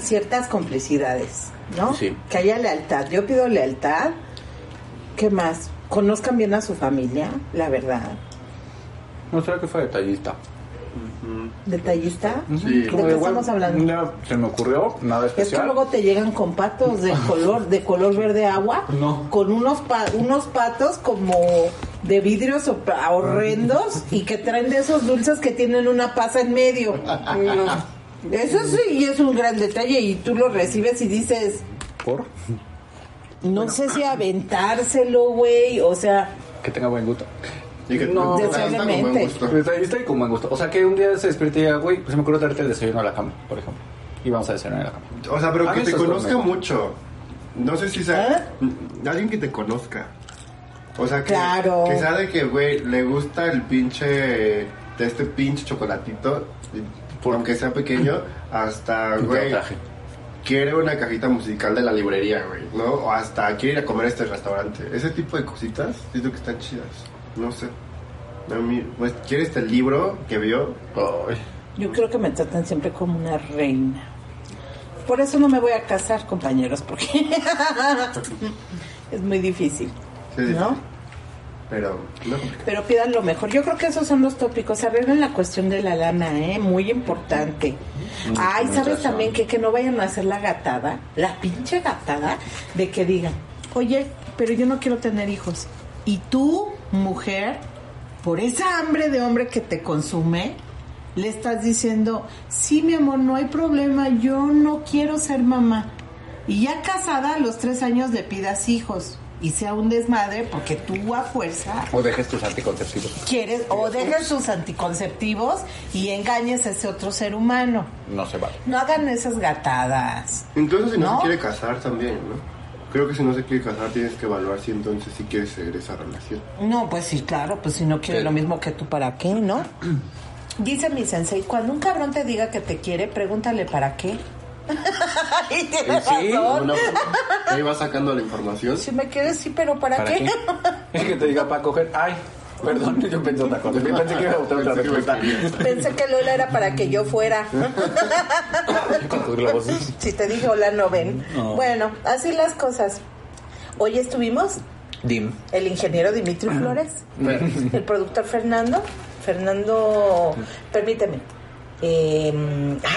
Speaker 4: ciertas complicidades, ¿no?
Speaker 5: Sí.
Speaker 4: Que haya lealtad. Yo pido lealtad. ¿Qué más? Conozcan bien a su familia, la verdad.
Speaker 5: No sé que fue detallista.
Speaker 4: Detallista.
Speaker 1: Sí.
Speaker 4: ¿De
Speaker 5: Como
Speaker 4: qué
Speaker 5: igual,
Speaker 4: estamos hablando?
Speaker 5: no, se me ocurrió nada
Speaker 4: Es que
Speaker 5: especial.
Speaker 4: luego te llegan con patos de color, de color verde agua,
Speaker 5: No.
Speaker 4: con unos pa- unos patos como de vidrios sopla- horrendos y que traen de esos dulces que tienen una pasa en medio. Eso sí es un gran detalle y tú lo recibes y dices,
Speaker 5: Por
Speaker 4: no sé si aventárselo, güey, o sea,
Speaker 5: que tenga buen gusto.
Speaker 1: Y que
Speaker 5: No,
Speaker 1: te tratan con buen
Speaker 4: deseablemente.
Speaker 1: gusto.
Speaker 5: Detallista y con buen gusto. O sea, que un día se despierte y diga, güey, pues se me ocurrió traerte el desayuno a la cama, por ejemplo. Y vamos a desayunar a la cama.
Speaker 1: O sea, pero
Speaker 5: A
Speaker 1: que
Speaker 5: mí
Speaker 1: te
Speaker 5: esas dos
Speaker 1: conozca
Speaker 5: me gustan.
Speaker 1: mucho. No sé si sea. Alguien que te conozca. O sea, que,
Speaker 4: Claro.
Speaker 1: que sea de que, güey, le gusta el pinche. De este pinche chocolatito. Aunque sea pequeño, hasta,
Speaker 5: Y te
Speaker 1: güey.
Speaker 5: lo traje.
Speaker 1: Quiere una cajita musical de la librería, güey, ¿no? O hasta quiere ir a comer a este restaurante. Ese tipo de cositas, siento que están chidas. No sé. A mí, pues, quiere este libro que vio.
Speaker 5: Ay.
Speaker 4: yo creo que me tratan siempre como una reina. Por eso no me voy a casar, compañeros, porque es muy difícil.
Speaker 1: Sí, sí,
Speaker 4: ¿No?
Speaker 1: sí. Pero, no.
Speaker 4: Pero pidan lo mejor. Yo creo que esos son los tópicos. Arreglen la cuestión de la lana, ¿eh? Muy importante. Ay, ¿sabes también que, que no vayan a hacer la gatada? La pinche gatada de que digan, oye, pero yo no quiero tener hijos. Y tú, mujer, por esa hambre de hombre que te consume, le estás diciendo, sí, mi amor, no hay problema, yo no quiero ser mamá. Y ya casada, a los tres años le pidas hijos y sea un desmadre porque tú a fuerza
Speaker 5: O dejes tus anticonceptivos.
Speaker 4: quieres o dejes sus anticonceptivos y engañes a ese otro ser humano.
Speaker 5: No se vale.
Speaker 4: No hagan esas gatadas.
Speaker 1: Incluso si no,
Speaker 4: ¿No?
Speaker 1: se quiere casar también, ¿no? Creo que si no se quiere casar tienes que evaluar si entonces sí quieres regresar a esa relación.
Speaker 4: No, pues sí, claro, pues si no quiere
Speaker 5: Sí.
Speaker 4: lo mismo que tú, ¿para qué, no? Dice mi sensei, cuando un cabrón te diga que te quiere, pregúntale para qué. y tiene razón.
Speaker 1: Una- ahí vas sacando la información.
Speaker 4: Si me quieres, sí, pero ¿para,
Speaker 5: ¿Para qué? Es que te diga para coger. Ay, perdón, yo pensé otra cosa. Yo pensé que iba a gustar otra
Speaker 1: Pensé que me
Speaker 5: respuesta.
Speaker 1: querías.
Speaker 4: Pensé que Lola era para que yo fuera.
Speaker 5: Con tus globos.
Speaker 4: si te dije hola, no ven. Bueno, así las cosas. Hoy estuvimos
Speaker 5: Dim.
Speaker 4: el ingeniero Dimitri Flores, el productor Fernando, Fernando, permíteme, eh,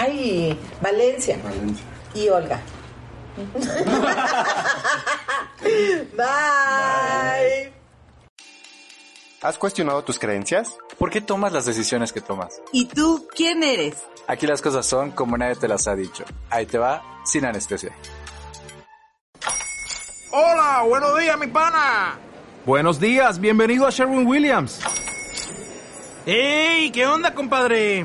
Speaker 4: ay, Valencia
Speaker 1: Valencia.
Speaker 4: y Olga. Bye.
Speaker 2: ¿Has cuestionado tus creencias? ¿Por qué tomas las decisiones que tomas?
Speaker 8: ¿Y tú quién eres?
Speaker 2: Aquí las cosas son como nadie te las ha dicho. Ahí te va sin anestesia.
Speaker 9: Hola, buenos días, mi pana.
Speaker 10: Buenos días, bienvenido a Sherwin Williams.
Speaker 9: ¡Ey! ¿Qué onda, compadre?